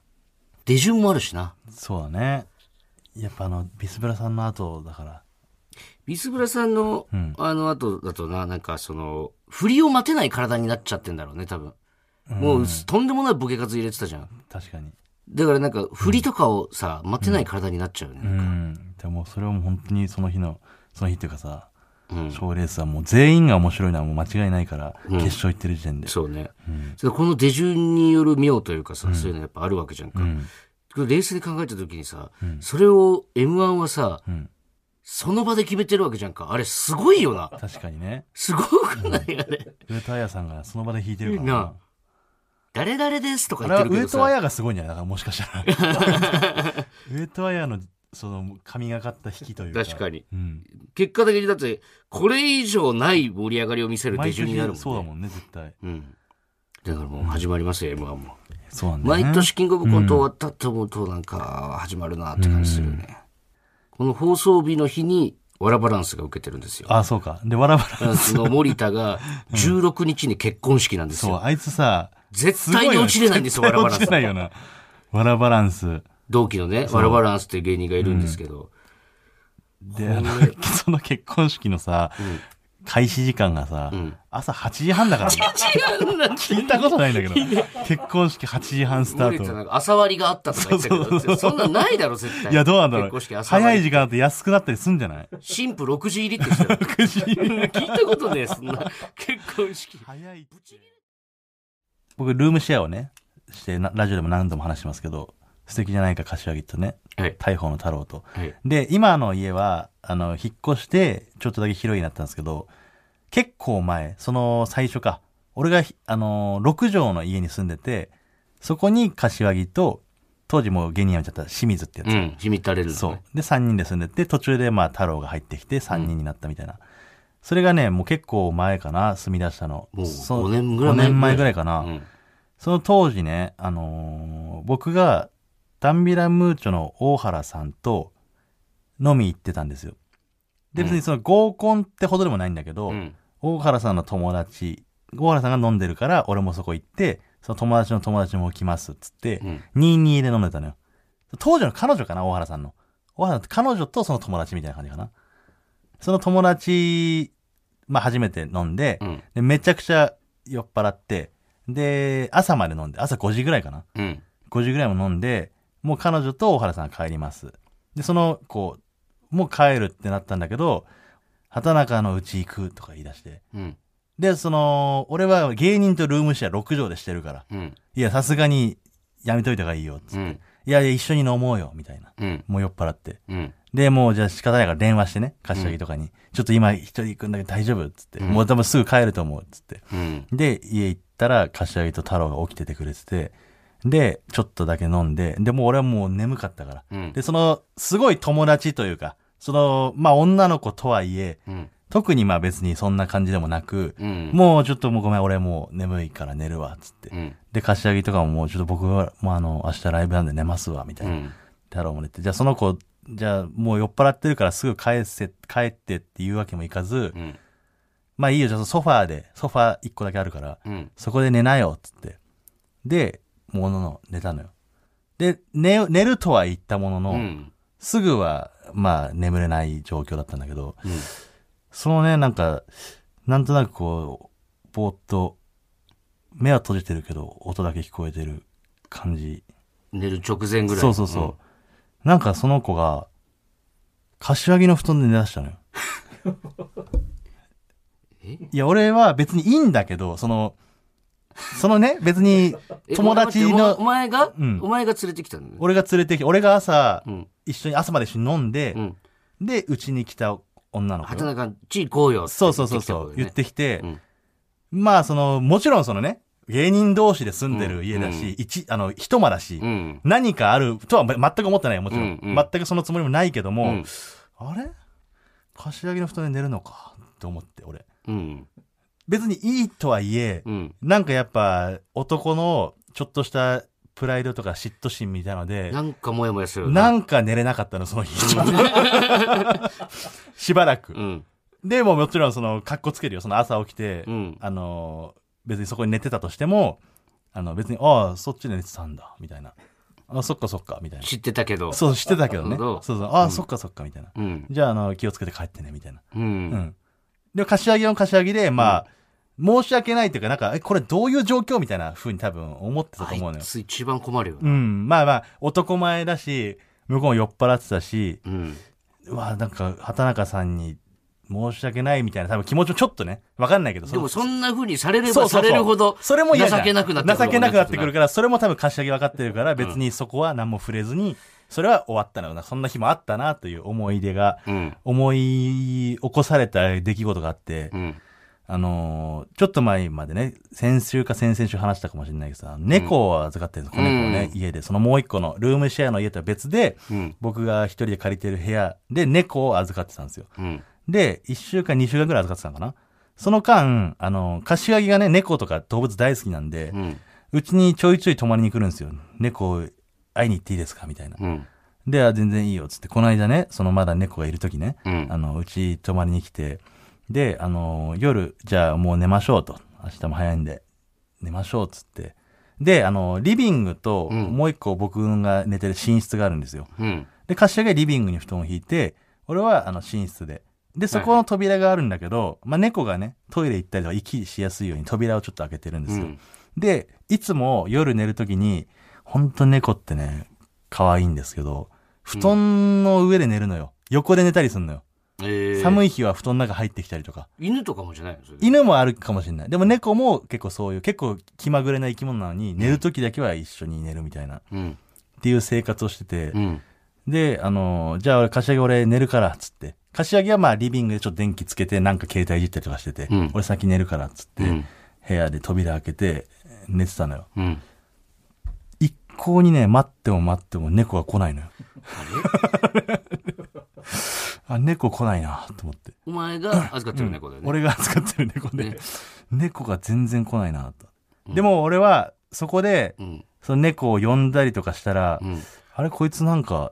[SPEAKER 1] 手順もあるしな。
[SPEAKER 2] そうだねやっぱあのビスブラさんの後だから
[SPEAKER 1] ビスブラさんの、
[SPEAKER 2] うん
[SPEAKER 1] あの後だとな、なんかその、振りを待てない体になっちゃってんだろうね、多分。もう、とんでもないボケ数入れてたじゃん。
[SPEAKER 2] 確かに
[SPEAKER 1] だからなんか、振りとかをさ、待てない体になっちゃうよね。
[SPEAKER 2] うんでもそれはもう本当にその日のその日っていうかさ
[SPEAKER 1] うん
[SPEAKER 2] 賞、レースはもう全員が面白いのはもう間違いないから、
[SPEAKER 1] ん
[SPEAKER 2] 決勝行ってる時点で
[SPEAKER 1] そうね。それこの出順による妙というかさ、そういうのやっぱあるわけじゃんか。
[SPEAKER 2] ん
[SPEAKER 1] これ冷静に考えた時にさ、それを M1 はさ、
[SPEAKER 2] うん
[SPEAKER 1] その場で決めてるわけじゃんか。あれすごいよな。
[SPEAKER 2] 確かにね
[SPEAKER 1] すごくないあれ。
[SPEAKER 2] 上戸彩さんがその場で弾いてるから
[SPEAKER 1] なあ
[SPEAKER 2] な
[SPEAKER 1] 誰々ですとか
[SPEAKER 2] あ
[SPEAKER 1] 言ってる
[SPEAKER 2] れは
[SPEAKER 1] け
[SPEAKER 2] 上
[SPEAKER 1] ど
[SPEAKER 2] 戸
[SPEAKER 1] さ。
[SPEAKER 2] 彩がすごいんじゃないだからもしかしたら 上戸彩のその神がかった引きというか
[SPEAKER 1] 確かに。
[SPEAKER 2] うん、
[SPEAKER 1] 結果的にだって、これ以上ない盛り上がりを見せる手
[SPEAKER 2] 毎
[SPEAKER 1] 順になるもん
[SPEAKER 2] 年
[SPEAKER 1] ね。
[SPEAKER 2] そうだもんね絶対
[SPEAKER 1] うん。だからもう始まりますよ、M1 も。
[SPEAKER 2] そうなんだよね
[SPEAKER 1] 毎年キングオブコント終わったって思うとなんか始まるなって感じするよね。この放送日の日に、わらバランスが受けてるんですよ。
[SPEAKER 2] あそうかでわらわら
[SPEAKER 1] あの森田が16日に結婚式なんです
[SPEAKER 2] そう
[SPEAKER 1] よ。
[SPEAKER 2] あいつさ
[SPEAKER 1] 絶対に落ちれないんですよ、わらバラン
[SPEAKER 2] 絶
[SPEAKER 1] ス。
[SPEAKER 2] 対落ちれないよな。わらバランス。
[SPEAKER 1] 同期のね、ワラバランスっていう芸人がいるんですけど、
[SPEAKER 2] で、あの、 その結婚式のさ、開始時間がさ、朝8時半だからね、
[SPEAKER 1] 違うんだって
[SPEAKER 2] 聞いたことないんだけど、結婚式8時半スタ
[SPEAKER 1] 無
[SPEAKER 2] ー
[SPEAKER 1] 理って
[SPEAKER 2] ト。
[SPEAKER 1] なんか朝割りがあったとか言ってたけど、そんなんないだろ、絶対。
[SPEAKER 2] いや、どうなんだろ
[SPEAKER 1] 結婚式
[SPEAKER 2] う。
[SPEAKER 1] 朝割り
[SPEAKER 2] 早い時間だと安くなったりすんじゃない
[SPEAKER 1] 新婦6時入りって言ってたよ聞いたことねえ、そんな。 結婚式。
[SPEAKER 2] 早い僕、ルームシェアをね、してな、ラジオでも何度も話してますけど、素敵じゃないか柏木とね、
[SPEAKER 1] はい。
[SPEAKER 2] 大砲の太郎と。
[SPEAKER 1] はい。
[SPEAKER 2] で、今の家は、あの、引っ越して、ちょっとだけ広いになったんですけど、結構前、その最初か、俺がひ、あのー、6畳の家に住んでて、そこに柏木と、当時もう芸人辞めちゃった清水ってやつ。
[SPEAKER 1] うん。しみったれるのね
[SPEAKER 2] そう。。で、3人で住んでて、途中でまあ太郎が入ってきて3人になったみたいな。それがね、もう結構前かな、住み出したの。
[SPEAKER 1] もう
[SPEAKER 2] そ
[SPEAKER 1] 5年ぐらい
[SPEAKER 2] 5年前ぐらいかな。
[SPEAKER 1] うん。
[SPEAKER 2] その当時ね、あのー僕が、ダンビラムーチョの大原さんと飲み行ってたんですよ。で、別にその合コンってほどでもないんだけど、
[SPEAKER 1] うん。
[SPEAKER 2] 大原さんの友達、大原さんが飲んでるから、俺もそこ行って、その友達の友達も来ますっつって
[SPEAKER 1] う、ん。
[SPEAKER 2] 22で飲んでたのよ。当時の彼女かな、大原さんの。大原さんって彼女とその友達みたいな感じかな。その友達、まあ初めて飲んで、
[SPEAKER 1] うん。
[SPEAKER 2] で、めちゃくちゃ酔っ払って、で、朝まで飲んで、朝5時ぐらいかな。
[SPEAKER 1] うん。
[SPEAKER 2] 5時ぐらいも飲んで、もう彼女と大原さん帰ります。で、その子、もう帰るってなったんだけど、畑中のうち行くとか言い出して。
[SPEAKER 1] うん。
[SPEAKER 2] で、その、俺は芸人とルームシェア6畳でしてるから、
[SPEAKER 1] うん。
[SPEAKER 2] いや、さすがにやめといた方がいいよっつって、
[SPEAKER 1] うん。
[SPEAKER 2] いやいや、一緒に飲もうよ、みたいな。
[SPEAKER 1] うん。
[SPEAKER 2] もう酔っ払って。
[SPEAKER 1] うん。
[SPEAKER 2] で、もうじゃあ仕方ないから電話してね、柏木とかに、ちょっと今一人行くんだけど大丈夫っつって、もう多分すぐ帰ると思うっつって。
[SPEAKER 1] うん。
[SPEAKER 2] で、家行ったら、柏木と太郎が起きててくれてて、で、ちょっとだけ飲んで、で、もう俺はもう眠かったから。
[SPEAKER 1] うん
[SPEAKER 2] で、その、すごい友達というか、その、まあ、女の子とはいえ、
[SPEAKER 1] うん。
[SPEAKER 2] 特にまあ別にそんな感じでもなく、
[SPEAKER 1] うん。
[SPEAKER 2] もうちょっともうごめん、俺もう眠いから寝るわ、つって
[SPEAKER 1] う。ん。
[SPEAKER 2] で、柏木とかももうちょっと僕は、もうあの、明日ライブなんで寝ますわ、みたいうな。
[SPEAKER 1] ん。
[SPEAKER 2] 太郎も寝て、じゃあその子、じゃあもう酔っ払ってるからすぐ帰せ、帰ってっていうわけもいかず、
[SPEAKER 1] うん。
[SPEAKER 2] まあいいよ、じゃあソファーで、ソファー一個だけあるから、
[SPEAKER 1] うん。
[SPEAKER 2] そこで寝なよ、っつって。で、ものの、寝たのよ。で、寝、寝るとは言ったものの、
[SPEAKER 1] うん。
[SPEAKER 2] すぐは、まあ、眠れない状況だったんだけど、
[SPEAKER 1] うん
[SPEAKER 2] そのね、なんか、なんとなくこう、ぼーっと、目は閉じてるけど、音だけ聞こえてる感じ。
[SPEAKER 1] 寝る直前ぐらい。
[SPEAKER 2] そうそうそう。なんかその子が、柏木の布団で寝だしたのよ。
[SPEAKER 1] え
[SPEAKER 2] いや、俺は別にいいんだけど、その、そのね、別に
[SPEAKER 1] え。
[SPEAKER 2] 友達
[SPEAKER 1] お前お
[SPEAKER 2] の、
[SPEAKER 1] 前が
[SPEAKER 2] うん
[SPEAKER 1] お前が連れてきたのね
[SPEAKER 2] 俺が連れてきて、俺が朝
[SPEAKER 1] う、ん。
[SPEAKER 2] 一緒に、朝まで一緒に飲んで
[SPEAKER 1] う、ん。
[SPEAKER 2] で、うちに来た女の子
[SPEAKER 1] 畑
[SPEAKER 2] よ。
[SPEAKER 1] 中、地行こうよって言
[SPEAKER 2] そう
[SPEAKER 1] って
[SPEAKER 2] そう
[SPEAKER 1] きた子だ
[SPEAKER 2] そうそ
[SPEAKER 1] よ
[SPEAKER 2] う、
[SPEAKER 1] ね
[SPEAKER 2] 言ってきて、
[SPEAKER 1] うん
[SPEAKER 2] まあ、その、もちろんそのね、芸人同士で住んでる家だ
[SPEAKER 1] うん
[SPEAKER 2] し、一、あの、一間だし、
[SPEAKER 1] うん。
[SPEAKER 2] 何かあるとはま全く思ってないよ、もちろん。
[SPEAKER 1] うんうん
[SPEAKER 2] 全くそのつもりもないけども、
[SPEAKER 1] うん
[SPEAKER 2] あれ柏木の布団で寝るのかって思って、俺。
[SPEAKER 1] うん。
[SPEAKER 2] 別にいいとはいえ、
[SPEAKER 1] うん。
[SPEAKER 2] なんかやっぱ男のちょっとしたプライドとか嫉妬心みたいので、
[SPEAKER 1] なんかモヤモヤするよね。
[SPEAKER 2] なんか寝れなかったの、その日。しばらく
[SPEAKER 1] う。ん。
[SPEAKER 2] でももちろんその、格好つけるよ。その朝起きて、
[SPEAKER 1] うん。
[SPEAKER 2] あの、別にそこに寝てたとしても、あの、別に、ああ、そっちで寝てたんだ、みたいな。あ、そっかそっか、みたいな。
[SPEAKER 1] 知ってたけど。
[SPEAKER 2] そう、してたけど
[SPEAKER 1] な
[SPEAKER 2] ね。
[SPEAKER 1] るほ
[SPEAKER 2] そう
[SPEAKER 1] ど
[SPEAKER 2] そう。ああ、そっかそっか、みたいな。
[SPEAKER 1] うん。
[SPEAKER 2] じゃあ、あの、気をつけて帰ってね、みたいな。
[SPEAKER 1] う
[SPEAKER 2] うん。
[SPEAKER 1] ん。
[SPEAKER 2] で、柏木は柏木で、まあ、申し訳ないというか、なんか、え、これどういう状況みたいな風に多分思ってたと
[SPEAKER 1] あ
[SPEAKER 2] 思うの
[SPEAKER 1] い
[SPEAKER 2] よ。
[SPEAKER 1] つ一番困るよ
[SPEAKER 2] う
[SPEAKER 1] な。
[SPEAKER 2] ん。まあまあ、男前だし、向こうも酔っ払ってたし、
[SPEAKER 1] うん。
[SPEAKER 2] うわ、なんか、畑中さんに申し訳ないみたいな、多分気持ちもちょっとね、わかんないけど、
[SPEAKER 1] でもそ
[SPEAKER 2] の
[SPEAKER 1] んな風にされれ
[SPEAKER 2] そう
[SPEAKER 1] ば
[SPEAKER 2] そうそう
[SPEAKER 1] されるほど、
[SPEAKER 2] それも嫌じゃん
[SPEAKER 1] 情けなくなってくるもんね
[SPEAKER 2] 情けなくなってくるから、それも多分柏木分かってるから、別にそこは何も触れずに、それは終わったのよな。そんな日もあったな、という思い出が、
[SPEAKER 1] うん。
[SPEAKER 2] 思い起こされた出来事があって
[SPEAKER 1] う、ん。
[SPEAKER 2] あのーちょっと前までね、先週か先々週話したかもしれないけどさ、猫を預かってるんです、子猫をね、家で、そのもう一個のルームシェアの家とは別で、
[SPEAKER 1] うん。
[SPEAKER 2] 僕が一人で借りてる部屋で猫を預かってたんですよ。
[SPEAKER 1] うん。
[SPEAKER 2] で、一週間、二週間ぐらい預かってたのかな。その間、あの、柏木がね、猫とか動物大好きなんで
[SPEAKER 1] う、ん。
[SPEAKER 2] うちにちょいちょい泊まりに来るんですよ。猫会いに行っていいですかみたいな。
[SPEAKER 1] うん。
[SPEAKER 2] で、あ全然いいよ、つって。この間ね、そのまだ猫がいる時ね、
[SPEAKER 1] うん
[SPEAKER 2] あの、うち泊まりに来て、で、あの、夜、じゃあもう寝ましょうと。明日も早いんで、寝ましょう、つって。で、あの、リビングと、
[SPEAKER 1] うん
[SPEAKER 2] もう一個僕が寝てる寝室があるんですよ。
[SPEAKER 1] うん。
[SPEAKER 2] で、柏がリビングに布団を引いて、俺はあの寝室で。で、そこの扉があるんだけど、まあ猫がね、トイレ行ったりとか息しやすいように扉をちょっと開けてるんで
[SPEAKER 1] う
[SPEAKER 2] すよ。
[SPEAKER 1] ん。
[SPEAKER 2] で、いつも夜寝るときに、ほんと猫ってね、可愛いんですけど、布団の上で寝るのよ。横で寝たりするのよ。
[SPEAKER 1] えー、
[SPEAKER 2] 寒
[SPEAKER 1] い。
[SPEAKER 2] い日は布団の中入ってきたりとか。
[SPEAKER 1] 犬とかもじゃないのそれ
[SPEAKER 2] 犬もあるかもしれない。でも猫も結構そういう、結構気まぐれな生き物なのに、寝るときだけは一緒に寝るみたいな、っ
[SPEAKER 1] うん。
[SPEAKER 2] ていう生活をしてて、
[SPEAKER 1] うん。
[SPEAKER 2] で、あの、じゃあ俺、柏木俺寝るから、つって。柏木はまあリビングでちょっと電気つけて、なんか携帯いじったりとかしてて、
[SPEAKER 1] うん
[SPEAKER 2] 俺先寝るから、つって、
[SPEAKER 1] うん
[SPEAKER 2] 部屋で扉開けて、寝てたのよ。
[SPEAKER 1] うん。
[SPEAKER 2] 一向にね、待っても待っても猫が来ないのよ。あ、猫来ないな、と思って。
[SPEAKER 1] お前が預かってる猫だよね。
[SPEAKER 2] 俺が扱ってる猫で、
[SPEAKER 1] ね
[SPEAKER 2] 猫が全然来ないな、と。
[SPEAKER 1] うん
[SPEAKER 2] でも俺は、そこで、
[SPEAKER 1] うん。
[SPEAKER 2] その猫を呼んだりとかしたら、
[SPEAKER 1] うん。
[SPEAKER 2] あれこいつなんか、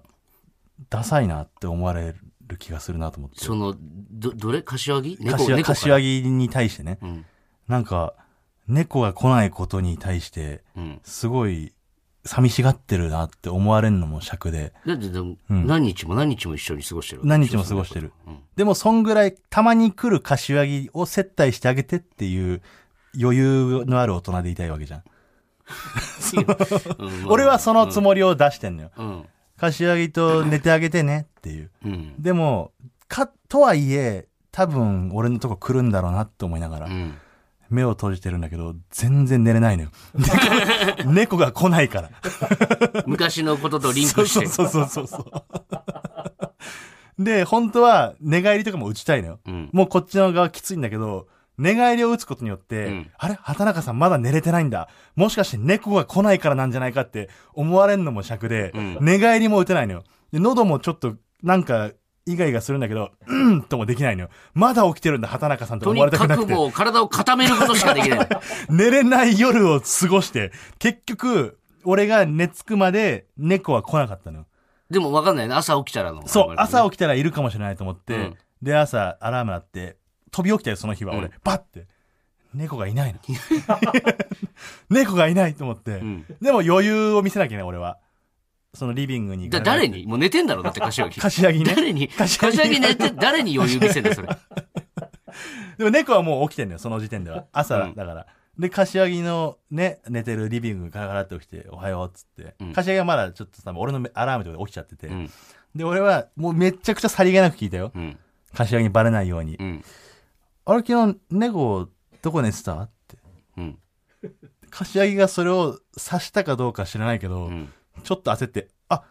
[SPEAKER 2] ダサいなって思われる気がするなと思って。
[SPEAKER 1] その、ど、どれ柏木猫
[SPEAKER 2] 柏
[SPEAKER 1] 猫から
[SPEAKER 2] 柏木に対してね、
[SPEAKER 1] うん。
[SPEAKER 2] なんか、猫が来ないことに対して、
[SPEAKER 1] うん。
[SPEAKER 2] すごい、寂しがってるなって思われるのも尺で、
[SPEAKER 1] だってでも、
[SPEAKER 2] うん
[SPEAKER 1] 何日も何日も一緒に過ごしてるわけ
[SPEAKER 2] 何日も過ごしてる。
[SPEAKER 1] うん。
[SPEAKER 2] でも、そんぐらい、たまに来る柏木を接待してあげてっていう、余裕のある大人でいたいわけじゃん。
[SPEAKER 1] うん
[SPEAKER 2] 俺はそのつもりを出してんのよ。
[SPEAKER 1] うん。
[SPEAKER 2] 柏木と寝てあげてねっていう。
[SPEAKER 1] うん。
[SPEAKER 2] でも、か、とはいえ、多分、俺のとこ来るんだろうなって思いながら
[SPEAKER 1] う、ん。
[SPEAKER 2] 目を閉じてるんだけど、全然寝れない のよ。猫猫が来ないから。
[SPEAKER 1] 昔のこととリン
[SPEAKER 2] そう
[SPEAKER 1] クして。
[SPEAKER 2] そうそうそうそうそう。で、本当は、寝返りとかも打ちたいのよ。
[SPEAKER 1] うん。
[SPEAKER 2] もうこっちの側きついんだけど、寝返りを打つことによって、
[SPEAKER 1] うん
[SPEAKER 2] あれ畑中さんまだ寝れてないんだ。もしかして猫が来ないからなんじゃないかって思われんのも尺で、
[SPEAKER 1] うん
[SPEAKER 2] 寝返りも打てないのよ。で、喉もちょっと、なんか、イガイガするんだけど、うんともできないのよ。まだ起きてるんだ、畑中さんと
[SPEAKER 1] と
[SPEAKER 2] 思
[SPEAKER 1] に
[SPEAKER 2] われた
[SPEAKER 1] か
[SPEAKER 2] くな
[SPEAKER 1] く
[SPEAKER 2] くて。
[SPEAKER 1] もう体を固めることしかできない。
[SPEAKER 2] 寝れない夜を過ごして、結局、俺が寝つくまで猫は来なかったのよ。
[SPEAKER 1] でも分かんないね。朝起きたらの。
[SPEAKER 2] そう、朝
[SPEAKER 1] 起
[SPEAKER 2] 起きたらいるかもしれないと思って、
[SPEAKER 1] うん
[SPEAKER 2] で、朝アラーム鳴って、飛び起きたよ、その日は。俺、
[SPEAKER 1] うん
[SPEAKER 2] バッて。猫が いないの。猫がいないと思って。
[SPEAKER 1] うん。
[SPEAKER 2] でも余裕を見せなきゃね、俺は。そのリビングに行か
[SPEAKER 1] だ
[SPEAKER 2] な
[SPEAKER 1] 誰
[SPEAKER 2] い
[SPEAKER 1] にもう寝てんだろだって柏木。
[SPEAKER 2] 柏木ね。
[SPEAKER 1] 誰に
[SPEAKER 2] 柏
[SPEAKER 1] 柏
[SPEAKER 2] 木
[SPEAKER 1] 木寝て、誰に余裕見せんだよそれ。
[SPEAKER 2] でも猫はもう起きてんのよ、その時点では。朝
[SPEAKER 1] うん
[SPEAKER 2] だから。で、柏木のね、寝てるリビングガラガラって起きて、おはようっつって。
[SPEAKER 1] うん
[SPEAKER 2] 柏木はまだちょっと多分俺のアラームとかで起きちゃってて。
[SPEAKER 1] うん。
[SPEAKER 2] で、俺はもうめっちゃくちゃさりげなく聞いたよ。
[SPEAKER 1] うん。
[SPEAKER 2] 柏木にバレないように。
[SPEAKER 1] うん。
[SPEAKER 2] あれ昨日猫どこ寝てたって。
[SPEAKER 1] うん。
[SPEAKER 2] 柏木がそれを刺したかどうか知らないけど、
[SPEAKER 1] うん。
[SPEAKER 2] ちょっと焦って、あ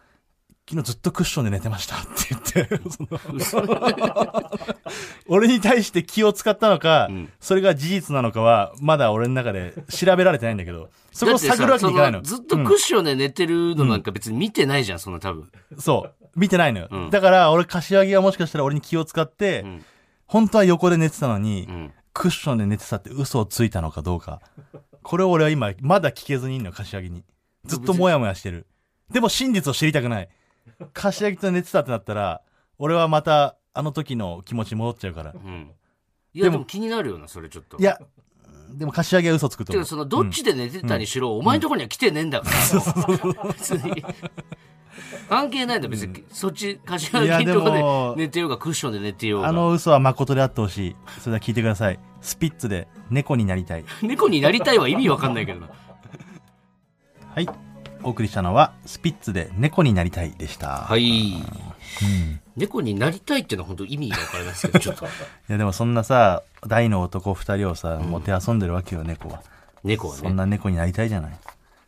[SPEAKER 2] 昨日ずっとクッションで寝てましたって 言って、その俺に対して気を使ったのか、
[SPEAKER 1] うん
[SPEAKER 2] それが事実なのかは、まだ俺の中で調べられてないんだ けど、そこを探るわけにいかない
[SPEAKER 1] だ
[SPEAKER 2] の。
[SPEAKER 1] ってさそずっとクッションで寝てるのなんか別に見てないじゃん、そんな多分。
[SPEAKER 2] うんそう。見てないのよ。
[SPEAKER 1] うん
[SPEAKER 2] だから、俺、柏木はもしかしたら俺に気を使って、
[SPEAKER 1] うん。
[SPEAKER 2] 本当は横で寝てたのに、
[SPEAKER 1] うん。
[SPEAKER 2] クッションで寝てたって嘘をついたのかどうか。これを俺は今、まだ聞けずにいんの、柏木に。ずっともやもやしてる。でも真実を知りたくない。柏木と寝てたってなったら、俺はまた、あの時の気持ちに戻っちゃうから。
[SPEAKER 1] うん。いや、で
[SPEAKER 2] でも
[SPEAKER 1] も気になるよな、それちょっと。
[SPEAKER 2] いや、でも柏木は嘘つくと
[SPEAKER 1] て
[SPEAKER 2] 思
[SPEAKER 1] か、
[SPEAKER 2] う。
[SPEAKER 1] その、どっちで寝てたにしろ、お前のとこには来てねえんだから。 別に。関係ないんだ、別に。そっち、柏
[SPEAKER 2] いや
[SPEAKER 1] 木
[SPEAKER 2] で
[SPEAKER 1] のと
[SPEAKER 2] も
[SPEAKER 1] こで寝てようが、クッションで寝てよう
[SPEAKER 2] あ
[SPEAKER 1] が。
[SPEAKER 2] の嘘は誠であってほしい。それでは聞いてください。スピッツで猫になりたい。
[SPEAKER 1] 猫になりたいは意味わかんないけどな。
[SPEAKER 2] はい。お送りしたのは、スピッツで猫になりたいでした。。
[SPEAKER 1] はいい。
[SPEAKER 2] うん
[SPEAKER 1] 猫になりたいっていうのは本当意味がわからないですけど、ちょっと。
[SPEAKER 2] いやでもそんなさ、大の男二人をさ、もて遊んでるわけよ、猫は。
[SPEAKER 1] 猫は
[SPEAKER 2] そん
[SPEAKER 1] ね。
[SPEAKER 2] な猫になりたいじゃない。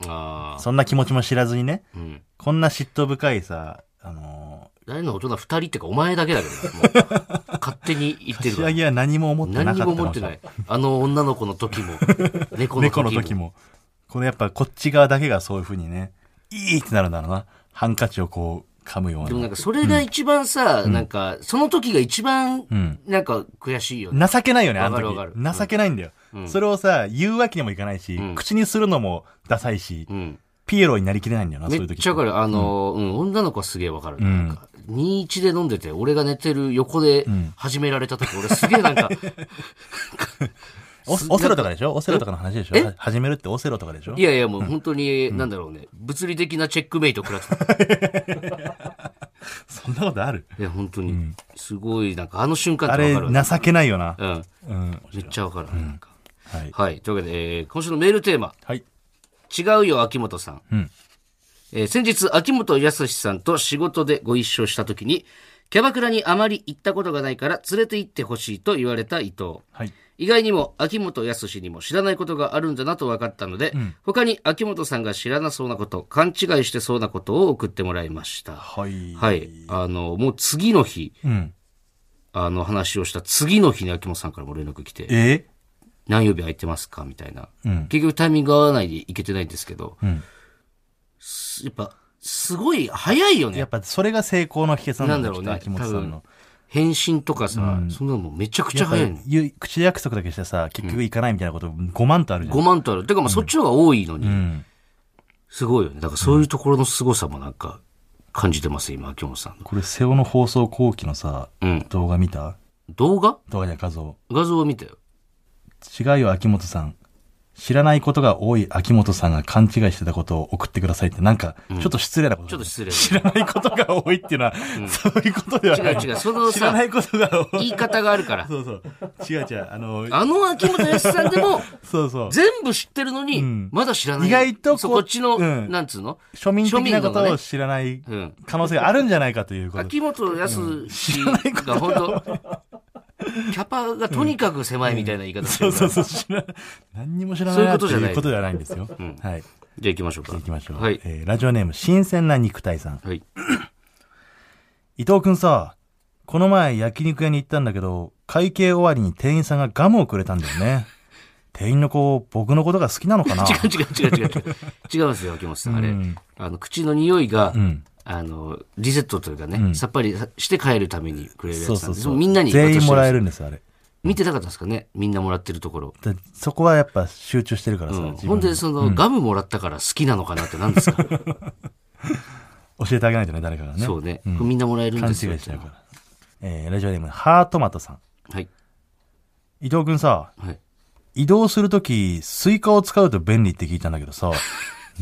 [SPEAKER 1] ああ。
[SPEAKER 2] そんな気持ちも知らずにね、
[SPEAKER 1] うん。
[SPEAKER 2] こんな嫉妬深いさ、あの
[SPEAKER 1] 誰の大人二人ってか、お前だけだけどな、もう勝手に言っ
[SPEAKER 2] ー、
[SPEAKER 1] てるか
[SPEAKER 2] 柏
[SPEAKER 1] ら。
[SPEAKER 2] 木は何も思ってなかっ
[SPEAKER 1] 何
[SPEAKER 2] た
[SPEAKER 1] に
[SPEAKER 2] か
[SPEAKER 1] も
[SPEAKER 2] も
[SPEAKER 1] 思って
[SPEAKER 2] しれ
[SPEAKER 1] ない。あの女の子の時 も、猫の時
[SPEAKER 2] 猫
[SPEAKER 1] も。
[SPEAKER 2] の時も。これやっぱこっち側だけがそういう風にね、いいってなるんだろうな。ハンカチをこう噛むよ
[SPEAKER 1] で
[SPEAKER 2] う
[SPEAKER 1] もな
[SPEAKER 2] な。
[SPEAKER 1] んかそれが一番さ、なんかその時が一番
[SPEAKER 2] うん
[SPEAKER 1] なんか悔しいよね。
[SPEAKER 2] 情けないよね、あ
[SPEAKER 1] わ
[SPEAKER 2] の
[SPEAKER 1] かる
[SPEAKER 2] 時
[SPEAKER 1] わか。る
[SPEAKER 2] 情けないんだよ、それをさ、言うわけにもいかないし、
[SPEAKER 1] うん
[SPEAKER 2] 口にするのもダサいし、
[SPEAKER 1] うん。
[SPEAKER 2] ピエロになりきれないんだよな、そ
[SPEAKER 1] め
[SPEAKER 2] ういう
[SPEAKER 1] っ
[SPEAKER 2] 時て。
[SPEAKER 1] ちゃわかる。あの、うん、女の子はすげえわかる。
[SPEAKER 2] ん
[SPEAKER 1] なんか、21で飲んでて、俺が寝てる横で
[SPEAKER 2] ん
[SPEAKER 1] 始められた時、俺すげえなんか、
[SPEAKER 2] オセオセロとかでしょオセロとかの話でしょは始めるってオセロとかでしょ
[SPEAKER 1] いやいや、もう本当に、なんだろうね、物理的なチェックメイト食らってた。
[SPEAKER 2] そんなことある
[SPEAKER 1] いや、本当に。すごい、なんかあの瞬間
[SPEAKER 2] あ
[SPEAKER 1] って
[SPEAKER 2] れ
[SPEAKER 1] わかるわ
[SPEAKER 2] 情けないよな
[SPEAKER 1] け。うん。
[SPEAKER 2] うん
[SPEAKER 1] めっちゃわかるわなんか。
[SPEAKER 2] はい
[SPEAKER 1] はい。というわけで、えー今週のメールテーマ。
[SPEAKER 2] はい
[SPEAKER 1] 違うよ、秋元さん。
[SPEAKER 2] うん
[SPEAKER 1] えー先日、秋元康さんと仕事でご一緒したときに、キャバクラにあまり行ったことがないから連れて行ってほしいと言われた伊藤。
[SPEAKER 2] はい
[SPEAKER 1] 意外にも秋元康にも知らないことがあるんだなと分かったので、他に秋元さんが知らなそうなこと、勘違いしてそうなことを送ってもらいました。
[SPEAKER 2] はい
[SPEAKER 1] はい。あの、もう次の日、
[SPEAKER 2] うん
[SPEAKER 1] あの話をした次の日に秋元さんからも連絡来て、
[SPEAKER 2] え
[SPEAKER 1] 何曜日空いてますかみたいな。
[SPEAKER 2] うん
[SPEAKER 1] 結局タイミング合わないで行けてないんですけど、
[SPEAKER 2] うん
[SPEAKER 1] すやっぱ、すごい早いよ
[SPEAKER 2] や
[SPEAKER 1] ね
[SPEAKER 2] っ。ぱそれが成功の秘訣な
[SPEAKER 1] なん
[SPEAKER 2] んだ
[SPEAKER 1] だろ
[SPEAKER 2] ろ
[SPEAKER 1] う
[SPEAKER 2] う
[SPEAKER 1] ね
[SPEAKER 2] ね秋元さんの
[SPEAKER 1] 返信とかさ、そんなのもうめちゃくちゃ早い
[SPEAKER 2] やっ
[SPEAKER 1] の
[SPEAKER 2] ぱ。言う口約束だけしてさ結局行かないみたいなこと5万とあるじゃん
[SPEAKER 1] 5万とある。てかまあそっちの方が多いのに、
[SPEAKER 2] うん
[SPEAKER 1] すごいよね。だからそういうところの凄さもなんか感じてます、今、秋元さんの。
[SPEAKER 2] これ瀬尾の放送後期のさ
[SPEAKER 1] うん。
[SPEAKER 2] 動画見た
[SPEAKER 1] 動画
[SPEAKER 2] 動画じゃ画像
[SPEAKER 1] 画像を見たよ。
[SPEAKER 2] 違いよ秋元さん知らないことが多い秋元さんが勘違いしてたことを送ってくださいってなんかちょっと失礼なこと、
[SPEAKER 1] ちょっと失 礼。
[SPEAKER 2] 知らないことが多いっていうのは、 そういうことではない
[SPEAKER 1] 違う違うそのさ
[SPEAKER 2] 知らないことが多い
[SPEAKER 1] 言い方があるから。
[SPEAKER 2] そうそう違う違うあの
[SPEAKER 1] あの秋元康さんでも、
[SPEAKER 2] そうそう
[SPEAKER 1] 全部知ってるのに、
[SPEAKER 2] ん
[SPEAKER 1] まだ知らない。
[SPEAKER 2] 意外とこう
[SPEAKER 1] そうこっちの、
[SPEAKER 2] うん
[SPEAKER 1] なんつうの
[SPEAKER 2] 庶民的なこ
[SPEAKER 1] 庶民の
[SPEAKER 2] と
[SPEAKER 1] ね
[SPEAKER 2] を知らない
[SPEAKER 1] うん
[SPEAKER 2] 可能性があるんじゃないかということ
[SPEAKER 1] 秋元康氏が本当、キャパがとにかく狭いみたいな言い方して
[SPEAKER 2] そう
[SPEAKER 1] るから
[SPEAKER 2] そうそう知ら何にも知ら
[SPEAKER 1] そう
[SPEAKER 2] な
[SPEAKER 1] いう
[SPEAKER 2] いな
[SPEAKER 1] こと
[SPEAKER 2] と
[SPEAKER 1] じゃない
[SPEAKER 2] いうことではないんですよ、はい
[SPEAKER 1] じゃあ行きましょうか。
[SPEAKER 2] 行きましょう、
[SPEAKER 1] はい。
[SPEAKER 2] えーラジオネーム新鮮な肉体さん
[SPEAKER 1] はい。
[SPEAKER 2] 伊藤くんさ、この前焼肉屋に行ったんだけど、会計終わりに店員さんがガムをくれたんだよね。 店員の子、僕のことが好きなのか な
[SPEAKER 1] 違う違う違う違う違う。違うんですよ、秋元さん。あれ、
[SPEAKER 2] うん
[SPEAKER 1] あの、口の匂いが、
[SPEAKER 2] うん。
[SPEAKER 1] あの、リセットというかね、
[SPEAKER 2] うん
[SPEAKER 1] さっぱりして帰るためにくれるやつなん
[SPEAKER 2] そう
[SPEAKER 1] で、
[SPEAKER 2] そう
[SPEAKER 1] そ
[SPEAKER 2] そう。
[SPEAKER 1] のみんなに
[SPEAKER 2] 全員もらえ
[SPEAKER 1] る。
[SPEAKER 2] るんです、あれ。
[SPEAKER 1] 見てなかったんですかねみんなもらってるところ。
[SPEAKER 2] だそこはやっぱ集中してるからさ、
[SPEAKER 1] うん、
[SPEAKER 2] 自
[SPEAKER 1] ほ
[SPEAKER 2] 分
[SPEAKER 1] ん
[SPEAKER 2] で
[SPEAKER 1] で、その、ガムもらったから好きなのかなって何 ですか、
[SPEAKER 2] 教えてあげないとね、誰かがね。
[SPEAKER 1] そうね。
[SPEAKER 2] ん
[SPEAKER 1] これみんなもらえるん
[SPEAKER 2] 勘違
[SPEAKER 1] で
[SPEAKER 2] い
[SPEAKER 1] すよ。
[SPEAKER 2] しちゃうから。えー、ラジオネーム、ハートマトさん。
[SPEAKER 1] はい。
[SPEAKER 2] 伊藤くんさ、
[SPEAKER 1] はい。
[SPEAKER 2] 移動するとき、スイカを使うと便利って聞いたんだけ どさ、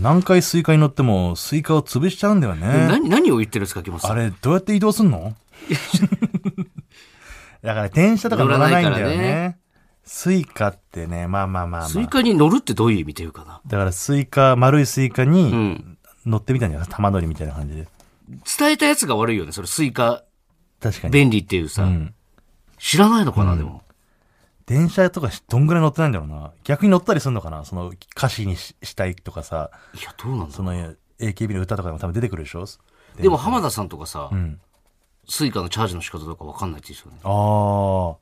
[SPEAKER 2] 何回スイカに乗っても、スイカを潰しちゃうんだよね。
[SPEAKER 1] 何、何を言ってるんですか、秋元さん。
[SPEAKER 2] あれ、どうやって移動す んのだから電車とか乗らないんだよ
[SPEAKER 1] 乗らない
[SPEAKER 2] ね。
[SPEAKER 1] から
[SPEAKER 2] スイカってね、まあまあまあまあ。
[SPEAKER 1] スイカに乗るってどういう意味というかな。
[SPEAKER 2] だからスイカ、丸いスイカ
[SPEAKER 1] う
[SPEAKER 2] に
[SPEAKER 1] ん。
[SPEAKER 2] 乗ってみたんじゃない玉乗りみたいな感じで。
[SPEAKER 1] 伝えたやつが悪いよね。それスイカ
[SPEAKER 2] 確かに。
[SPEAKER 1] 便利っていうさ。
[SPEAKER 2] うん。
[SPEAKER 1] 知らないのかな、でも。
[SPEAKER 2] 電車とかしどんぐらい乗ってないんだろうな。逆に乗ったりするのかなその歌詞にししたいとかさ、
[SPEAKER 1] いや、どうなんだ
[SPEAKER 2] そ
[SPEAKER 1] ろ
[SPEAKER 2] の AKB の歌とかでも多分出てくるでしょ
[SPEAKER 1] う。でも、浜田さんとかさ、
[SPEAKER 2] うん。
[SPEAKER 1] スイカのチャージの仕方とかわかんないって言うんです
[SPEAKER 2] あー。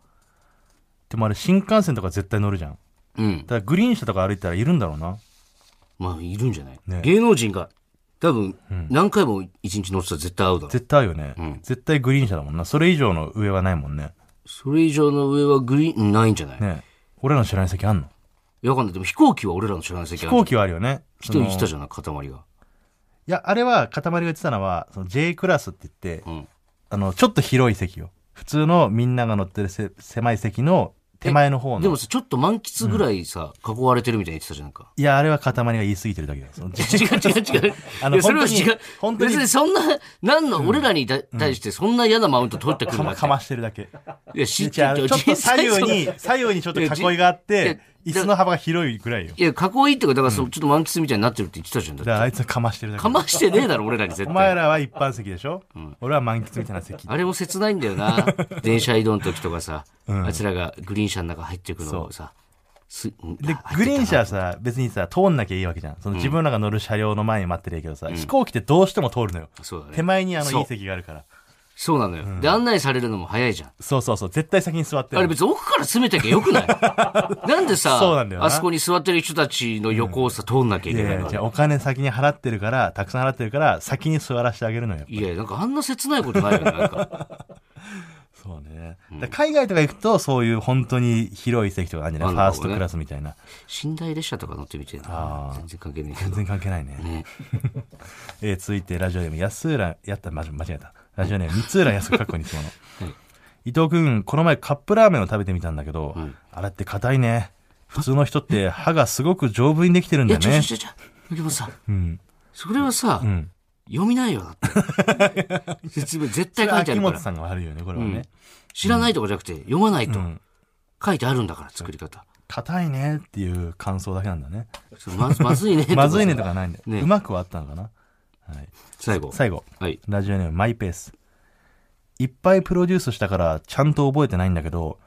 [SPEAKER 2] でもあれ新幹線とか絶対乗るじゃん。
[SPEAKER 1] よね。うん
[SPEAKER 2] だ。からグリーン車とか歩いてたらいるんだろうな。
[SPEAKER 1] まあ、いるんじゃない、
[SPEAKER 2] ね
[SPEAKER 1] 芸能人が、多分、何回も一日乗ってたら絶対会うだろう。
[SPEAKER 2] 絶対合うよね、
[SPEAKER 1] ん
[SPEAKER 2] 絶対グリーン車だもんなそれ以上の上はないもんね
[SPEAKER 1] それ以上の上はグリーン、ないんじゃない、
[SPEAKER 2] ね俺らの知らない席あん
[SPEAKER 1] い
[SPEAKER 2] の
[SPEAKER 1] やわかんない。でも飛行機は俺らの知らない席
[SPEAKER 2] 飛
[SPEAKER 1] ある
[SPEAKER 2] 行機はあるよね
[SPEAKER 1] 一人来
[SPEAKER 2] そ
[SPEAKER 1] た
[SPEAKER 2] のい
[SPEAKER 1] じゃない、塊が。
[SPEAKER 2] やあれは塊が言ってたのはその J クラスって言って、
[SPEAKER 1] うん。
[SPEAKER 2] あのちょっと広い席よ普通のみんなが乗ってるせ狭い席の手前の方
[SPEAKER 1] でも
[SPEAKER 2] の
[SPEAKER 1] さ、ちょっと満喫ぐらいさ、囲われてるみたいに言ってたじゃんか。
[SPEAKER 2] いやあれは塊が言い過ぎてるだけだよその J-
[SPEAKER 1] 違う違う違う。
[SPEAKER 2] あの
[SPEAKER 1] いやそれは違う。
[SPEAKER 2] 本当に本当に
[SPEAKER 1] 別にそんな、なんの、俺らにだ対してそんな嫌なマウント取ってくる
[SPEAKER 2] か
[SPEAKER 1] な
[SPEAKER 2] ま
[SPEAKER 1] って。
[SPEAKER 2] かましてるだけ
[SPEAKER 1] いや、知
[SPEAKER 2] 違
[SPEAKER 1] っ
[SPEAKER 2] う
[SPEAKER 1] てる
[SPEAKER 2] ちょっと左右。
[SPEAKER 1] い
[SPEAKER 2] に左右にちょっと囲いがあっ
[SPEAKER 1] いや
[SPEAKER 2] て
[SPEAKER 1] じ
[SPEAKER 2] 椅
[SPEAKER 1] だ
[SPEAKER 2] 子の幅が広いぐらいよ
[SPEAKER 1] や、囲いっていうか、だからその、ちょっと満喫みたいになってるって言ってたじゃん。だっ
[SPEAKER 2] だ
[SPEAKER 1] て
[SPEAKER 2] からあいつはかましてるだけ
[SPEAKER 1] かましてねえだろ、俺らに絶
[SPEAKER 2] お前
[SPEAKER 1] 対。
[SPEAKER 2] らは一般席でしょ、俺は満喫みたいな席
[SPEAKER 1] あれも切ないんだよな。電車移動の時とかさ、あいつらがグリーン車の中入っていくのをさ、すうん
[SPEAKER 2] で
[SPEAKER 1] あ、入
[SPEAKER 2] グ
[SPEAKER 1] って
[SPEAKER 2] リ
[SPEAKER 1] た
[SPEAKER 2] ーン車はさ、別にさ、通んなきゃいいわけじゃん。その自分らが乗る車両の前に待ってりゃいいけどさ、飛行機ってどうしても通るのよ。
[SPEAKER 1] そうだね
[SPEAKER 2] 手前にあ
[SPEAKER 1] そう
[SPEAKER 2] のいい席があるから。
[SPEAKER 1] そうなのよ。で、案内されるのも早いじゃん。
[SPEAKER 2] そうそうそう、絶対先に座って
[SPEAKER 1] あれ
[SPEAKER 2] る。
[SPEAKER 1] 別に奥から詰めてきゃよくない なんでさ
[SPEAKER 2] そうなんだよな
[SPEAKER 1] あそこに座ってる人たちの横をさ、通んなきゃい
[SPEAKER 2] い
[SPEAKER 1] け
[SPEAKER 2] や
[SPEAKER 1] ない
[SPEAKER 2] いや
[SPEAKER 1] の
[SPEAKER 2] じゃあお金先に払ってるから、たくさん払ってるから、先に座らせてあげるのよ。
[SPEAKER 1] いや、なんかあんな切ないことないよね。なんか。
[SPEAKER 2] そうね。だから海外とか行くと、そういう本当に広い席とかあるんじゃない
[SPEAKER 1] あ
[SPEAKER 2] フ
[SPEAKER 1] るのかも
[SPEAKER 2] ァー
[SPEAKER 1] ね
[SPEAKER 2] ストクラスみたいな。
[SPEAKER 1] 寝台列車とか乗ってみてえな
[SPEAKER 2] あー
[SPEAKER 1] 全然関係ないけ
[SPEAKER 2] 全
[SPEAKER 1] ど。
[SPEAKER 2] 然関係ないね。
[SPEAKER 1] ね、
[SPEAKER 2] えー続いてラジオネーム安浦やったまじ間違えたラジオネーム三浦安かっこにつもの、伊藤君この前カップラーメンを食べてみたんだけど、
[SPEAKER 1] うん
[SPEAKER 2] あれって硬いね普通の人って歯がすごく丈夫にできてるん
[SPEAKER 1] い
[SPEAKER 2] だ
[SPEAKER 1] や、
[SPEAKER 2] よ
[SPEAKER 1] ちょちょ
[SPEAKER 2] ね。
[SPEAKER 1] ちょちょ、秋元さん、
[SPEAKER 2] うん。
[SPEAKER 1] それはさ、
[SPEAKER 2] うん。
[SPEAKER 1] 読みないよなって。説明絶対書いてあ
[SPEAKER 2] 秋
[SPEAKER 1] るか
[SPEAKER 2] 元
[SPEAKER 1] ら。
[SPEAKER 2] さんが悪いよね、これは
[SPEAKER 1] うん
[SPEAKER 2] ね。
[SPEAKER 1] 知らないとかじゃなくて、読まないと
[SPEAKER 2] うん
[SPEAKER 1] 書いてあるんだから、作り方。
[SPEAKER 2] 硬いねっていう感想だけなんだね。
[SPEAKER 1] それまずまずいねとか。
[SPEAKER 2] まずいねとかないんだよ。
[SPEAKER 1] ね
[SPEAKER 2] うまくはあったのかな。はい。
[SPEAKER 1] 最後。
[SPEAKER 2] 最後。
[SPEAKER 1] はい。
[SPEAKER 2] ラジオネームマイペース。いっぱいプロデュースしたからちゃんと覚えてないんだけど、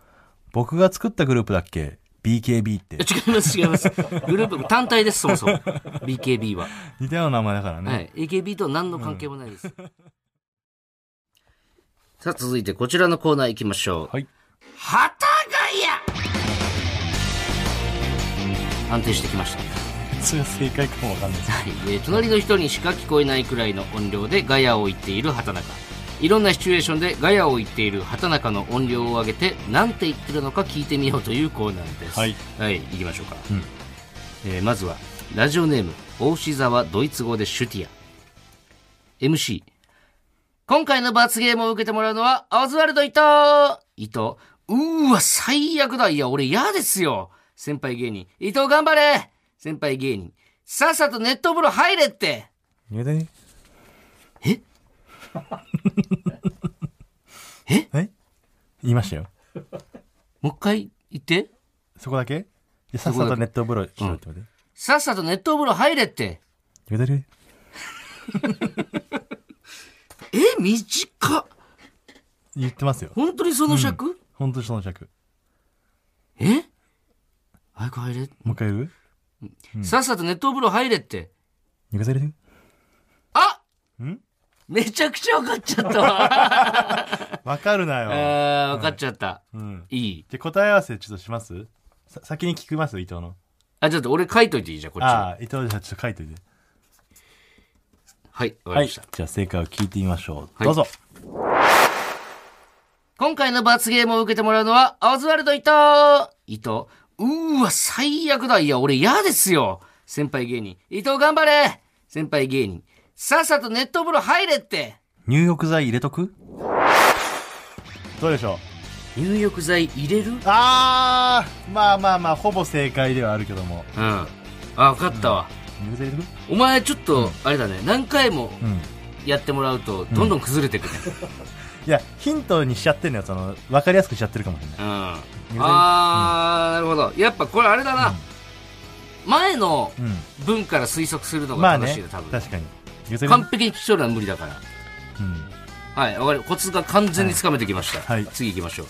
[SPEAKER 2] 僕が作ったグループだっけ ?BKB って。
[SPEAKER 1] 違います、違います。グループ、単体です、そもそも。BKB は。
[SPEAKER 2] 似たような名前だからね。
[SPEAKER 1] はい。AKB と何の関係もないです。さあ、続いてこちらのコーナー行きましょう。
[SPEAKER 2] はい。
[SPEAKER 1] 幡ヶ谷安定してきました。
[SPEAKER 2] それが正解かもわかんないです。
[SPEAKER 1] はいえー隣の人にしか聞こえないくらいの音量でガヤを言っている畑中いろんなシチュエーションでガヤを言っている畑中の音量を上げて何て言ってるのか聞いてみようというコーナーです
[SPEAKER 2] はい、
[SPEAKER 1] はい、行きましょうか、
[SPEAKER 2] うん
[SPEAKER 1] えーまずはラジオネーム大志沢ドイツ語でシュティア MC 今回の罰ゲームを受けてもらうのは、オズワルド伊藤伊藤、うーわ、最悪だ。いや、俺嫌ですよ。先輩芸人、伊藤頑張れ先輩芸人、さっさとネット風呂入れって
[SPEAKER 2] 入れて。
[SPEAKER 1] ええ
[SPEAKER 2] え言いましたよ。
[SPEAKER 1] もう一回言って。
[SPEAKER 2] そこだけじゃあさっさとネット風呂しろってこと
[SPEAKER 1] さっさとネット風呂入れって。
[SPEAKER 2] 入れてる
[SPEAKER 1] え、短っ。
[SPEAKER 2] 言ってますよ。
[SPEAKER 1] 本当にその尺、
[SPEAKER 2] ほんとその尺。
[SPEAKER 1] え早く入れ、
[SPEAKER 2] もう一回言う
[SPEAKER 1] さっさとネット風呂入れって。
[SPEAKER 2] 入れ てる
[SPEAKER 1] あ
[SPEAKER 2] ん
[SPEAKER 1] めちゃくちゃ分かっちゃった わ。
[SPEAKER 2] わかるな
[SPEAKER 1] あ
[SPEAKER 2] よ。
[SPEAKER 1] ー分かっちゃった。
[SPEAKER 2] うん。
[SPEAKER 1] いい。
[SPEAKER 2] じゃあ答え合わせちょっとしますさ先に聞きます伊藤の。
[SPEAKER 1] あ、ちょっと俺書いといていいじゃん、こっちに。
[SPEAKER 2] ああ、伊藤じゃあちょっと書いといて。
[SPEAKER 1] はい、わかり
[SPEAKER 2] はい。
[SPEAKER 1] まし
[SPEAKER 2] じ
[SPEAKER 1] た。
[SPEAKER 2] ゃあ正解を聞いてみましょう。
[SPEAKER 1] はい
[SPEAKER 2] どうぞ。
[SPEAKER 1] 今回の罰ゲームを受けてもらうのは、オズワルド伊藤伊藤、うーわ、最悪だ。いや、俺嫌ですよ。先輩芸人、伊藤頑張れ先輩芸人、さっさとネット風呂入れって
[SPEAKER 2] 入浴剤入れとくどうでしょう
[SPEAKER 1] 入浴剤入れるうん。
[SPEAKER 2] あー、まあまあまあ、ほぼ正解ではあるけども。
[SPEAKER 1] あ、わかったわ。
[SPEAKER 2] 入浴剤入れとく
[SPEAKER 1] お前ちょっと、あれだね、何回も
[SPEAKER 2] うん。
[SPEAKER 1] やってもらうと、どんどん崩れてくね。
[SPEAKER 2] いや、ヒントにしちゃってんのよ。その、わかりやすくしちゃってるかもしれない。
[SPEAKER 1] うん。あ
[SPEAKER 2] 入
[SPEAKER 1] ー、なるほど。やっぱこれあれだな。前の
[SPEAKER 2] う
[SPEAKER 1] 文から推測するの
[SPEAKER 2] ん。ま
[SPEAKER 1] が
[SPEAKER 2] あ
[SPEAKER 1] 正しい
[SPEAKER 2] ね
[SPEAKER 1] ね、多、分。
[SPEAKER 2] 確かに。入浴剤入
[SPEAKER 1] 完
[SPEAKER 2] れとく
[SPEAKER 1] 璧に聞き取るのは無理だから。
[SPEAKER 2] うん。
[SPEAKER 1] はい、わかりコツが完全につかめてきました。
[SPEAKER 2] はいはい
[SPEAKER 1] 次行きましょ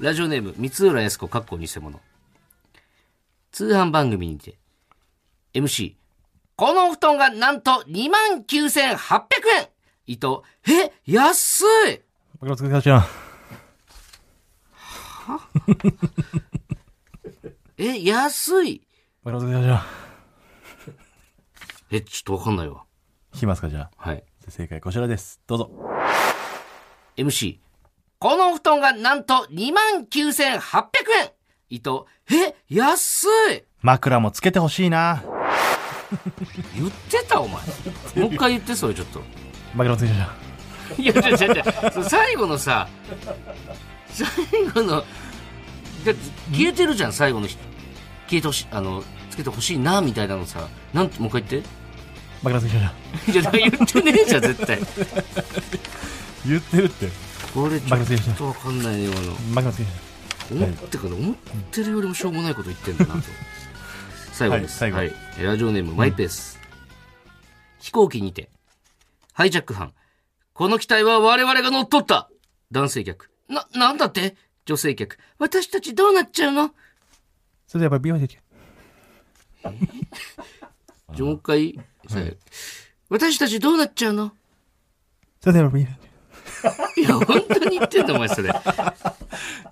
[SPEAKER 1] う。ラジオネーム、三浦康子、かっこ偽物。通販番組にて、MC、このお布団がなんと29,800円伊藤、え、安い
[SPEAKER 2] 僕の作り方知らん。
[SPEAKER 1] え、安い
[SPEAKER 2] 僕の作り方知らん。
[SPEAKER 1] え、ちょっとわかんないわ。
[SPEAKER 2] 聞きますか、じゃあ。
[SPEAKER 1] はい。
[SPEAKER 2] 正解こちらです。どうぞ。
[SPEAKER 1] MC、このお布団がなんと29,800円伊藤、え、安い
[SPEAKER 2] 枕もつけてほしいな。
[SPEAKER 1] 言ってたお前。もう一回言って、それちょっと。
[SPEAKER 2] 枕もつけてほしいな
[SPEAKER 1] や、
[SPEAKER 2] い
[SPEAKER 1] じゃじゃじゃ、その最後のさ、最後の、だって消えてるじゃん、最後の人。消えてほしい、あの、つけてほしいな、みたいなのさ、なんて、もう一回言っ
[SPEAKER 2] 枕もつけてほしい
[SPEAKER 1] て。じ
[SPEAKER 2] な。
[SPEAKER 1] ゃ、だから言ってねえじゃん、絶対。
[SPEAKER 2] 言ってるって。
[SPEAKER 1] これ、ちょっとわかんないよ、
[SPEAKER 2] 枕もつけてほしい
[SPEAKER 1] 今の。思ってから、思ってるよりもしょうもないこと言ってんだな、と。最後です。
[SPEAKER 2] はい最後
[SPEAKER 1] えラジオネーム、マイペース。飛行機にて、ハイジャック犯。この機体は我々が乗っ取った男性客。な、なんだって女性客。私たちどうなっちゃうの
[SPEAKER 2] それでやっぱり美容で
[SPEAKER 1] じゃあもう一回、さ私たちどうなっちゃうの
[SPEAKER 2] それでやっぱり美容
[SPEAKER 1] いや、本当に言ってんだ、お前それ。い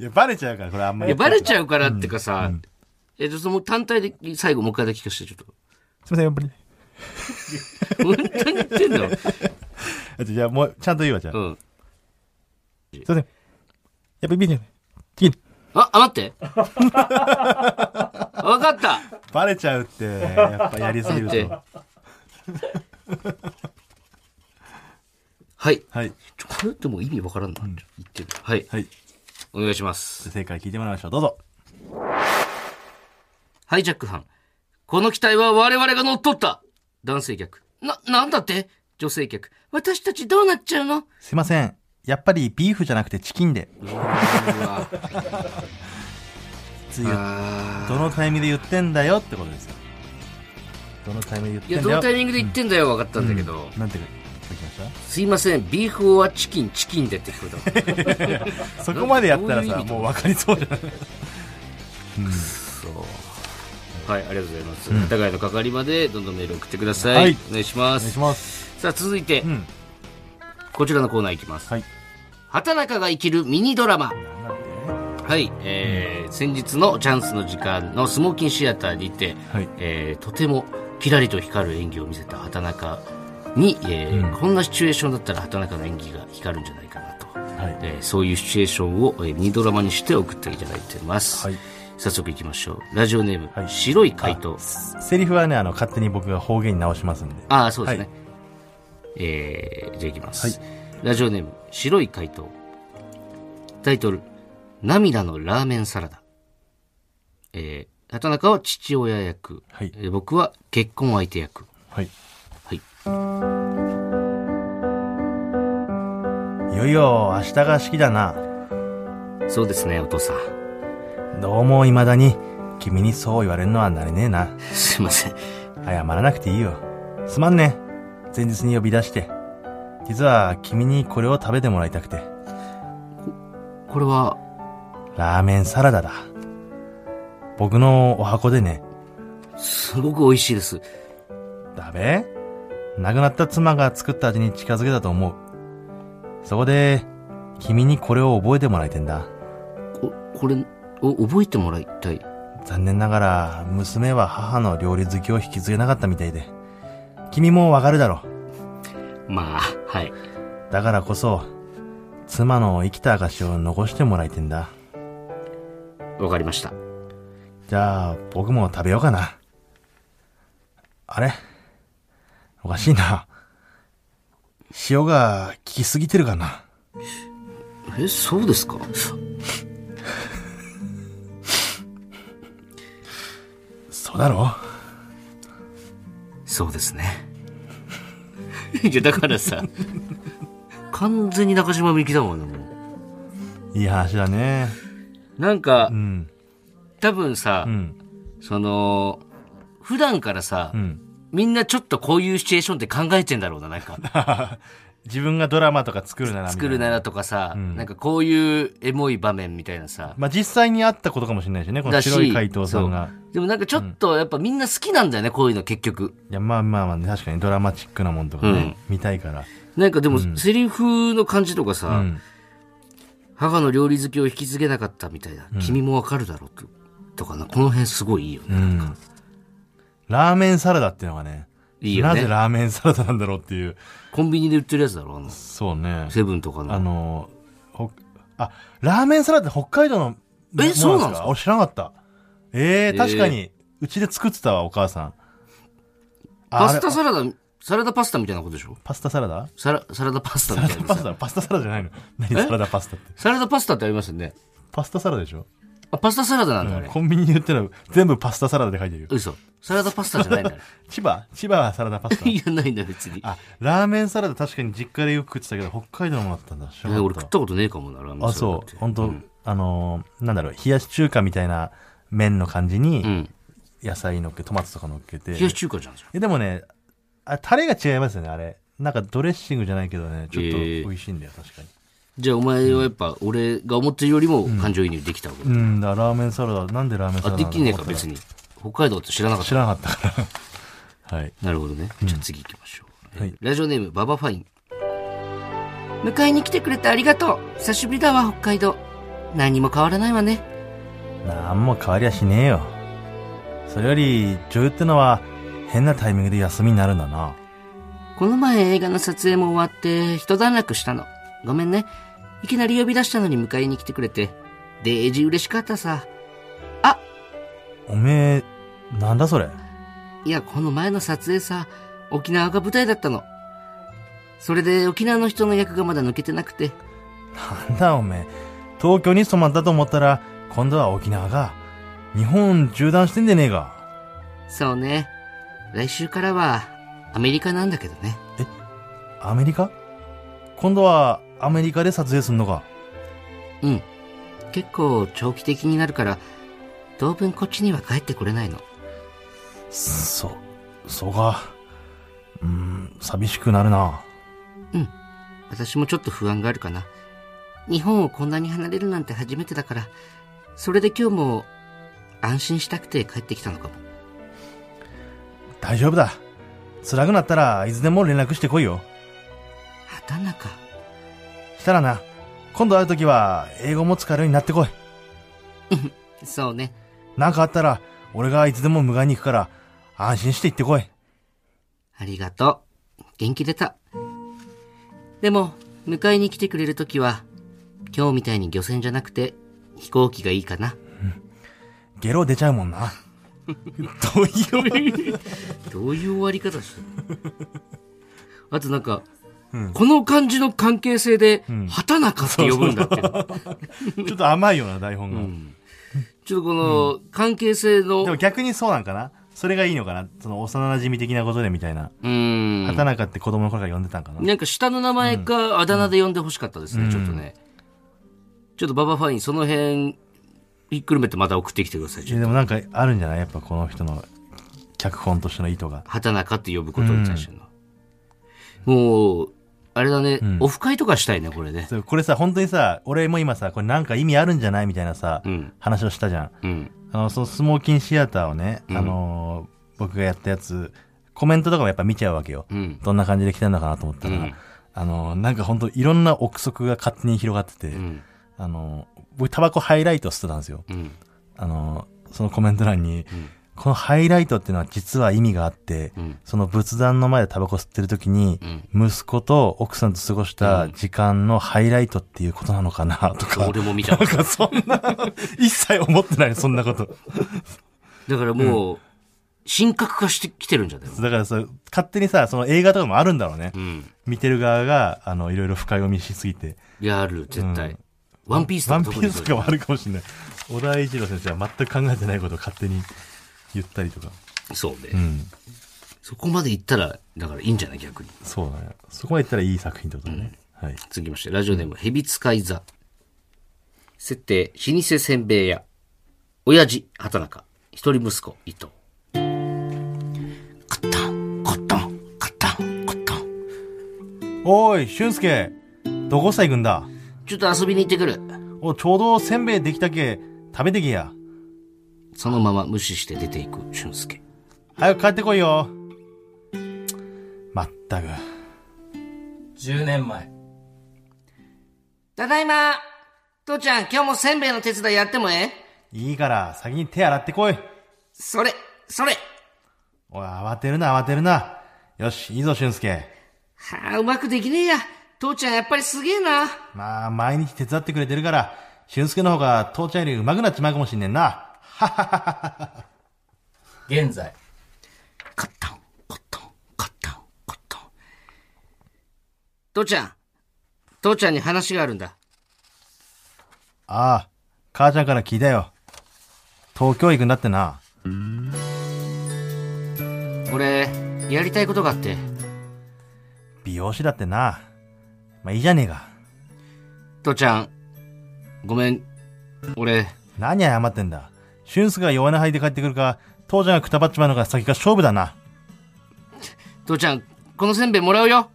[SPEAKER 2] いや、バレちゃうから、これあんまり。
[SPEAKER 1] や、バレち
[SPEAKER 2] ゃ
[SPEAKER 1] ゃうからってかさ、え、ちょっともう単体で最後もう一回だけ聞かせて、ちょっと。
[SPEAKER 2] う。すいません、やっぱり。
[SPEAKER 1] 本当に言ってんだ。
[SPEAKER 2] あじゃあ、もう、ちゃんと言うわ、じゃあ。
[SPEAKER 1] うん。
[SPEAKER 2] すいません。やっぱり美容次に。
[SPEAKER 1] あ、あ、待って。 わかった。
[SPEAKER 2] バレちゃうって、やっぱやりすぎる
[SPEAKER 1] 待っ
[SPEAKER 2] と
[SPEAKER 1] て。はい。
[SPEAKER 2] はい。
[SPEAKER 1] ちょこれってもう意味わからんな。言ってる。はい。
[SPEAKER 2] はい。
[SPEAKER 1] お願いします。
[SPEAKER 2] 正解聞いてもらいましょう。どうぞ。
[SPEAKER 1] ハイジャック犯。この機体は我々が乗っ取った男性客。な、なんだって女性客。私たちどうなっちゃうの
[SPEAKER 2] すいません。やっぱりビーフじゃなくてチキンで。ついど
[SPEAKER 1] あ
[SPEAKER 2] のタイミングで言ってんだよってことですよ。どのタイミングで
[SPEAKER 1] ーい
[SPEAKER 2] 言
[SPEAKER 1] や、どの
[SPEAKER 2] ってんだよ。
[SPEAKER 1] タイミングで言ってんだよ、分かったんだけど。
[SPEAKER 2] うんなんて書きまし
[SPEAKER 1] すいません、ビーフオアチキン、チキンでって聞こえた。
[SPEAKER 2] たそこまでやった
[SPEAKER 1] ど
[SPEAKER 2] ら
[SPEAKER 1] ういう
[SPEAKER 2] さ、
[SPEAKER 1] 意味
[SPEAKER 2] もう分かりそうじゃない
[SPEAKER 1] そう。はい、ありがとうございます。お互いの係までどんどんメール送ってください。
[SPEAKER 2] はい
[SPEAKER 1] お願いしま
[SPEAKER 2] お願い
[SPEAKER 1] す
[SPEAKER 2] し。ます。
[SPEAKER 1] さあ、続いて
[SPEAKER 2] う、ん。
[SPEAKER 1] こちらのコーナーいきます。
[SPEAKER 2] はい。
[SPEAKER 1] 畑中が生きるミニドラマ。
[SPEAKER 2] なんだって
[SPEAKER 1] はい、えー先日のチャンスの時間のスモーキンシアターにて、
[SPEAKER 2] はい
[SPEAKER 1] えーとてもキラリと光る演技を見せた畑中に、えーこんなシチュエーションだったら畑中の演技が光るんじゃないかなと、
[SPEAKER 2] はい
[SPEAKER 1] えーそういうシチュエーションを、えーミニドラマにして送っていただいてます、
[SPEAKER 2] はい
[SPEAKER 1] 早速いきましょうラジオネーム、
[SPEAKER 2] はい
[SPEAKER 1] 白い回答
[SPEAKER 2] セリフはね、あの、勝手に僕が方言に直しますんで。
[SPEAKER 1] ああそうですね、
[SPEAKER 2] は
[SPEAKER 1] えーじゃあいきます、
[SPEAKER 2] はい
[SPEAKER 1] ラジオネーム白い回答タイトル「涙のラーメンサラダ」えー、畑中は父親役、
[SPEAKER 2] はい
[SPEAKER 1] えー僕は結婚相手役
[SPEAKER 2] はい。
[SPEAKER 1] はい
[SPEAKER 2] いよいよ、明日が式だな。
[SPEAKER 1] そうですねお父さん
[SPEAKER 2] どうも未だに、君にそう言われるのはなれねえな。
[SPEAKER 1] すいません
[SPEAKER 2] 謝らなくていいよ。すまんね。前日に呼び出して。実は君にこれを食べてもらいたくて。
[SPEAKER 1] これは
[SPEAKER 2] ラーメンサラダだ。僕のお箱でね、
[SPEAKER 1] すごく美味しいです
[SPEAKER 2] 食べ亡くなった妻が作った味に近づけたと思う。そこで、君にこれを覚えてもらいてんだ。
[SPEAKER 1] ここれを覚えてもらいたい
[SPEAKER 2] 残念ながら、娘は母の料理好きを引き継げなかったみたいで。君もわかるだろう。
[SPEAKER 1] まあはい
[SPEAKER 2] だからこそ、妻の生きた証を残してもらいてんだ。
[SPEAKER 1] わかりました
[SPEAKER 2] じゃあ、僕も食べようかな。あれおかしいな。塩が効きすぎてるかな。
[SPEAKER 1] えそうですか
[SPEAKER 2] そうだろ
[SPEAKER 1] そうですね いやだからさ完全に中島みゆきだもんねもう
[SPEAKER 2] いい話だね。
[SPEAKER 1] なんか、
[SPEAKER 2] うん。
[SPEAKER 1] 多分さ、
[SPEAKER 2] うん。
[SPEAKER 1] その、普段からさ、
[SPEAKER 2] うん。
[SPEAKER 1] みんなちょっとこういうシチュエーションって考えてんだろうな、なん か。
[SPEAKER 2] 自分がドラマとか作るならみたい
[SPEAKER 1] 作るならとかさ、なんかこういうエモい場面みたいなさ。
[SPEAKER 2] まあ、実際にあったことかもしれないしね、この
[SPEAKER 1] だし
[SPEAKER 2] 白い怪盗さんが
[SPEAKER 1] そ。うでもなんかちょっとやっぱみんな好きなんだよね、こういうの結局。
[SPEAKER 2] いや、まあまあまあ、ね、確かにドラマチックなもんとかね、見たいから。
[SPEAKER 1] なんかでも、セリフの感じとかさ、
[SPEAKER 2] うん。
[SPEAKER 1] 母の料理好きを引き継げなかったみたいな、君もわかるだろうと。とかな、この辺すごいいいよね。
[SPEAKER 2] うん。ラーメンサラダっていうのがね、
[SPEAKER 1] いいよ
[SPEAKER 2] なぜ
[SPEAKER 1] ね。
[SPEAKER 2] ラーメンサラダなんだろうっていう。
[SPEAKER 1] コンビニで売ってるやつだろ、あの、
[SPEAKER 2] そうね。
[SPEAKER 1] セブンとか
[SPEAKER 2] あ
[SPEAKER 1] の。
[SPEAKER 2] の、ほあ、ラーメンサラダって北海道のもの
[SPEAKER 1] えそうなんですか
[SPEAKER 2] 俺知らなかった。ええ
[SPEAKER 1] えー
[SPEAKER 2] 確かに、うちで作ってたわ、お母さん。あ
[SPEAKER 1] パ
[SPEAKER 2] あれ
[SPEAKER 1] スタサラダ、サラダパスタみたいなことでしょ
[SPEAKER 2] パスタサラダ
[SPEAKER 1] サラサラダパスタ
[SPEAKER 2] サ
[SPEAKER 1] み
[SPEAKER 2] ラ
[SPEAKER 1] たい
[SPEAKER 2] ダ
[SPEAKER 1] な さ
[SPEAKER 2] パスタパスタサラダじゃないの何サラダパスタって。
[SPEAKER 1] サラダパスタってありますよね
[SPEAKER 2] パスタサラダでしょ
[SPEAKER 1] あパスタサラダなんだあれ、
[SPEAKER 2] コンビニに売ってるの全部パスタサラダで書いてるよ。
[SPEAKER 1] 嘘サラダパスタじゃないんだあ
[SPEAKER 2] 千葉千葉はサラダパスタ
[SPEAKER 1] れ。 いやないんだ別に
[SPEAKER 2] あ、ラーメンサラダ確かに実家でよく食ってたけど、北海道のものだったんだ。知ら
[SPEAKER 1] え
[SPEAKER 2] なか
[SPEAKER 1] 俺
[SPEAKER 2] った
[SPEAKER 1] 食ったことねえかもなラーメンサラダ
[SPEAKER 2] あ、
[SPEAKER 1] って
[SPEAKER 2] そう。本当、あのーなんだろう、冷やし中華みたいな麺の感じに、
[SPEAKER 1] うん
[SPEAKER 2] 野菜乗っけトマトとか乗っけて
[SPEAKER 1] 冷やし中華じゃんじゃん
[SPEAKER 2] えでもねあタレが違いますよねあれなんかドレッシングじゃないけどねちょっと
[SPEAKER 1] ええ
[SPEAKER 2] 美味しいんだよ、確かに
[SPEAKER 1] じゃあお前はやっぱ俺が思ってるよりも感情移入できたわけ、
[SPEAKER 2] うんだからラーメンサラダなんでラーメンサ
[SPEAKER 1] あ
[SPEAKER 2] ラダ
[SPEAKER 1] で
[SPEAKER 2] なの
[SPEAKER 1] きねえか別に北海道って知らなかっ
[SPEAKER 2] 知
[SPEAKER 1] た
[SPEAKER 2] らなかったから はい
[SPEAKER 1] なるほどねじゃあ次行きましょう、
[SPEAKER 2] はい
[SPEAKER 1] ラジオネームババファイン迎えに来てくれてありがとう久しぶりだわ北海道何も変わらないわね
[SPEAKER 2] なんも変わりはしねえよそれより女優ってのは変なタイミングで休みになるんだな
[SPEAKER 1] この前映画の撮影も終わって一段落したの。ごめんね。いきなり呼び出したのに迎えに来てくれて。デイジー嬉しかったさ。あ、
[SPEAKER 2] おめえなんだそれ
[SPEAKER 1] いや、この前の撮影さ、沖縄が舞台だったの。それで沖縄の人の役がまだ抜けてなくて。
[SPEAKER 2] なんだおめえ東京に染まったと思ったら今度は沖縄が日本縦断してんじゃねえか。
[SPEAKER 1] そうね。来週からは、アメリカなんだけどね。
[SPEAKER 2] アメリカ今度はアメリカで撮影すんのか。
[SPEAKER 1] うん。結構長期的になるから、当分こっちには帰ってこれないの。
[SPEAKER 2] そ、そうか。うーん、寂しくなるな。
[SPEAKER 1] 私もちょっと不安があるかな。日本をこんなに離れるなんて初めてだから、それで今日も安心したくて帰ってきたのかも。
[SPEAKER 2] 大丈夫だ。辛くなったらいつでも連絡してこいよ。
[SPEAKER 1] 畑中。
[SPEAKER 2] したらな、今度会うときは英語も使えるようになってこい。
[SPEAKER 1] そうね。
[SPEAKER 2] なんかあったら、俺がいつでも迎えに行くから、安心して行ってこい。
[SPEAKER 1] ありがとう。元気出た。でも、迎えに来てくれるときは、今日みたいに漁船じゃなくて、飛行機がいいかな。
[SPEAKER 2] ゲロ出ちゃうもんな。どういう。
[SPEAKER 1] どういう終わり方してる あとなんか、この感じの関係性で、畑中って呼ぶんだっていう。
[SPEAKER 2] ちょっと甘いよな、台本が。
[SPEAKER 1] ちょっとこの、関係性の、
[SPEAKER 2] で
[SPEAKER 1] う
[SPEAKER 2] も逆にそうなんかな。それがいいのかな。その幼馴染的なことでみたいな。
[SPEAKER 1] ーん。
[SPEAKER 2] 畑中って子供の頃から呼んでたんかな。
[SPEAKER 1] なんか下の名前かあだ名で呼んでほしかったですね、ちょっとね。ちょっとババファイン、その辺、ひっくるめてまた送ってきてください。
[SPEAKER 2] いやでもなんかあるんじゃないやっぱこの人の脚本としての意図が。
[SPEAKER 1] 畑中って呼ぶことに対しての。もう、あれだね、オフ会とかしたいね、これね。
[SPEAKER 2] そうこれさ、本当にさ、俺も今さ、これなんか意味あるんじゃないみたいなさ、
[SPEAKER 1] うん。
[SPEAKER 2] 話をしたじゃん。
[SPEAKER 1] うん。
[SPEAKER 2] あの、そのスモーキンシアターをね、あのー僕がやったやつ、コメントとかもやっぱ見ちゃうわけよ。
[SPEAKER 1] うん。
[SPEAKER 2] どんな感じで来てんのかなと思ったら、
[SPEAKER 1] うん
[SPEAKER 2] あのーなんか本当いろんな憶測が勝手に広がってて、
[SPEAKER 1] うん。
[SPEAKER 2] あのー僕タバコハイライト吸ってたんですよ。
[SPEAKER 1] うん。
[SPEAKER 2] あのーそのコメント欄に、
[SPEAKER 1] ん
[SPEAKER 2] このハイライトっていうのは実は意味があって、
[SPEAKER 1] うん
[SPEAKER 2] その仏壇の前でタバコ吸ってる時に、息子と奥さんと過ごした時間のハイライトっていうことなのかなとか、
[SPEAKER 1] 俺も見たわ。
[SPEAKER 2] なんかそんな、一切思ってない、そんなこと。
[SPEAKER 1] だからもう、神格化してきてるんじゃない
[SPEAKER 2] だからそう、勝手にさ、その映画とかもあるんだろうね
[SPEAKER 1] う。ん。
[SPEAKER 2] 見てる側が、あの、いろいろ深読みしすぎて。
[SPEAKER 1] やる、絶対。
[SPEAKER 2] うん
[SPEAKER 1] ワンピースと
[SPEAKER 2] ワ
[SPEAKER 1] か
[SPEAKER 2] ン
[SPEAKER 1] 特
[SPEAKER 2] ピ
[SPEAKER 1] に
[SPEAKER 2] ー
[SPEAKER 1] そ
[SPEAKER 2] ス
[SPEAKER 1] う
[SPEAKER 2] と
[SPEAKER 1] じゃん
[SPEAKER 2] かもあるかもしれない。小田栄一郎先生は全く考えてないことを勝手に言ったりとか。
[SPEAKER 1] そうね、
[SPEAKER 2] うん。
[SPEAKER 1] そこまで行ったら、だからいいんじゃない逆に。
[SPEAKER 2] そうだね。そこまで言ったらいい作品ってことだね。はい。
[SPEAKER 1] 続きまして、ラジオネーム、ヘビ使い座。設定、老舗せんべい屋。親父、畑中。一人息子、伊藤。コットン、コットン、コットン、コットン。
[SPEAKER 2] おい、俊介どこさ行くんだ
[SPEAKER 1] ちょっと遊びに行ってくる。
[SPEAKER 2] お、ちょうどせんべいできたけ、食べてけや。
[SPEAKER 1] そのまま無視して出ていく、俊介。
[SPEAKER 2] 早く帰ってこいよ。まったく。
[SPEAKER 3] 10年前。
[SPEAKER 1] ただいま父ちゃん、今日もせんべいの手伝いやってもええ
[SPEAKER 2] いいから、先に手洗ってこい。
[SPEAKER 1] それ、それ
[SPEAKER 2] おい、慌てるな、慌てるな。よし、いいぞ、俊介。
[SPEAKER 1] はあ、うまくできねえや。父ちゃんやっぱりすげえな。
[SPEAKER 2] まあ、毎日手伝ってくれてるから、俊介の方が父ちゃんより上手くなっちまうかもしんねんな。
[SPEAKER 3] 現在。
[SPEAKER 1] コットン、コットン、コットン、コットン。父ちゃん、父ちゃんに話があるんだ。
[SPEAKER 2] ああ、母ちゃんから聞いたよ。東京行くんだってな。
[SPEAKER 1] 俺、やりたいことがあって。
[SPEAKER 2] 美容師だってな。まあいいじゃねえか。
[SPEAKER 1] 父ちゃん、ごめん。俺、
[SPEAKER 2] 何謝ってんだ。俊介が弱音吐いて帰ってくるか、父ちゃんがくたばっちまうのが先か勝負だな。
[SPEAKER 1] 父ちゃん、このせんべいもらうよ。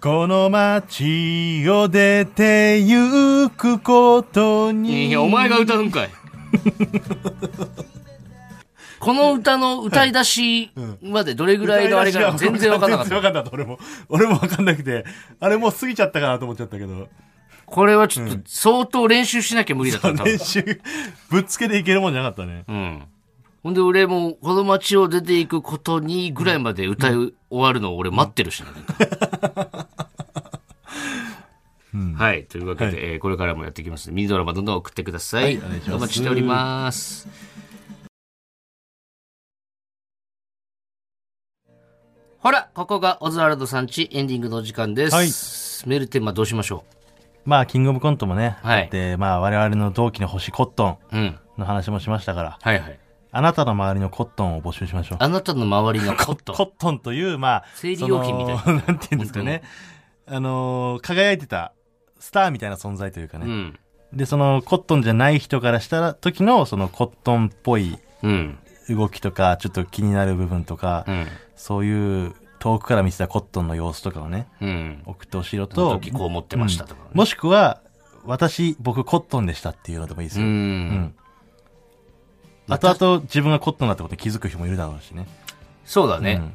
[SPEAKER 2] この街を出て行くことに。
[SPEAKER 1] いや、お前が歌うんかい。 この歌の歌い出しまでどれぐらいのあれが全然わかんなかっ
[SPEAKER 2] 全
[SPEAKER 1] た。
[SPEAKER 2] 然わかんなかった、俺も。俺もわかんなくて。あれもう過ぎちゃったかなと思っちゃったけど。
[SPEAKER 1] これはちょっと相当練習しなきゃ無理だった。多 分
[SPEAKER 2] 練習、ぶっつけていけるもんじゃなかったね。
[SPEAKER 1] うん。ほんで俺も、この街を出ていくことにぐらいまで歌い終わるのを俺待ってるしね。なんかはい。というわけで、えーこれからもやっていきますのでミニドラマどんどん送ってください。
[SPEAKER 2] はいお願いします
[SPEAKER 1] お待ちしております。ほら、ここがオズワルドさんちエンディングのお時間です。
[SPEAKER 2] はい
[SPEAKER 1] メールテーマどうしましょ
[SPEAKER 2] まあ、キングオブコントもね、
[SPEAKER 1] はい
[SPEAKER 2] あって、まあ、我々の同期の星コットン
[SPEAKER 1] うん。
[SPEAKER 2] の話もしましたから、
[SPEAKER 1] はいはい。
[SPEAKER 2] あなたの周りのコットンを募集しましょう。
[SPEAKER 1] あなたの周りのコッ トン
[SPEAKER 2] コットンという、まあ、
[SPEAKER 1] 生理用品みたいな
[SPEAKER 2] そのんていうんですかね。あのー輝いてたスターみたいな存在という か
[SPEAKER 1] う
[SPEAKER 2] ね。
[SPEAKER 1] ん。
[SPEAKER 2] で、そのコットンじゃない人からした時の、そのコットンっぽい
[SPEAKER 1] うん。
[SPEAKER 2] 動きとか、ちょっと気になる部分とか、
[SPEAKER 1] うん。
[SPEAKER 2] そういう遠くから見てたコットンの様子とかをね、
[SPEAKER 1] うん。
[SPEAKER 2] 送ってほしいの
[SPEAKER 1] その
[SPEAKER 2] と、
[SPEAKER 1] 時こう思ってましたとかね
[SPEAKER 2] うんもしくは、私、僕コットンでしたっていうのでもいいです
[SPEAKER 1] う。
[SPEAKER 2] よ。うん後々自分がコットンだってことに気づく人もいるだろうしね。
[SPEAKER 1] そうだ
[SPEAKER 2] う
[SPEAKER 1] ね
[SPEAKER 2] ん。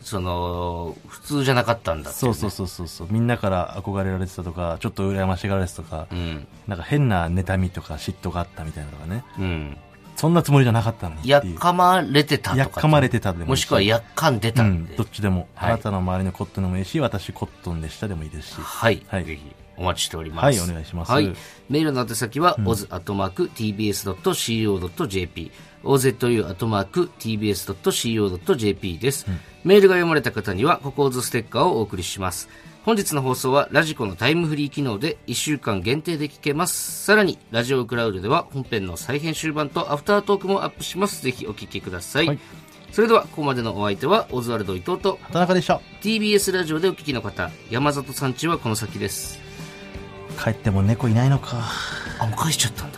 [SPEAKER 1] その、普通じゃなかったんだって。
[SPEAKER 2] そうそうそうそうそうみんなから憧れられてたとかちょっと羨ましがられてたとか、
[SPEAKER 1] うん。
[SPEAKER 2] なんか変な妬みとか嫉妬があったみたいなのがね
[SPEAKER 1] うん。
[SPEAKER 2] そんなつもりじゃなかったのにっていう
[SPEAKER 1] やっかまれてたとか。
[SPEAKER 2] やっかまれてたでもいい
[SPEAKER 1] もしくはやっかんで
[SPEAKER 2] う
[SPEAKER 1] たん
[SPEAKER 2] ん
[SPEAKER 1] で
[SPEAKER 2] どっ。ちでも、
[SPEAKER 1] はい
[SPEAKER 2] あなたの周りのコットンでもいいし私コットンでしたでもいいですし
[SPEAKER 1] はい。
[SPEAKER 2] はい
[SPEAKER 1] ぜひ、お待ちしております。
[SPEAKER 2] はいお願いします
[SPEAKER 1] はい。メールの宛先は、o z t b s c o j p ozu.tbs.co.jp です、メールが読まれた方には、ココーズステッカーをお送りします。本日の放送は、ラジコのタイムフリー機能で1週間限定で聞けます。さらに、ラジオクラウドでは、本編の再編集版とアフタートークもアップします。ぜひお聞きください。
[SPEAKER 2] はい
[SPEAKER 1] それでは、ここまでのお相手は、オズワルド伊藤と、
[SPEAKER 2] 畑中でした
[SPEAKER 1] TBS ラジオでお聞きの方、山里さんちはこの先です。
[SPEAKER 2] 帰っても猫いないのか
[SPEAKER 1] あ、もう返しちゃったんだ。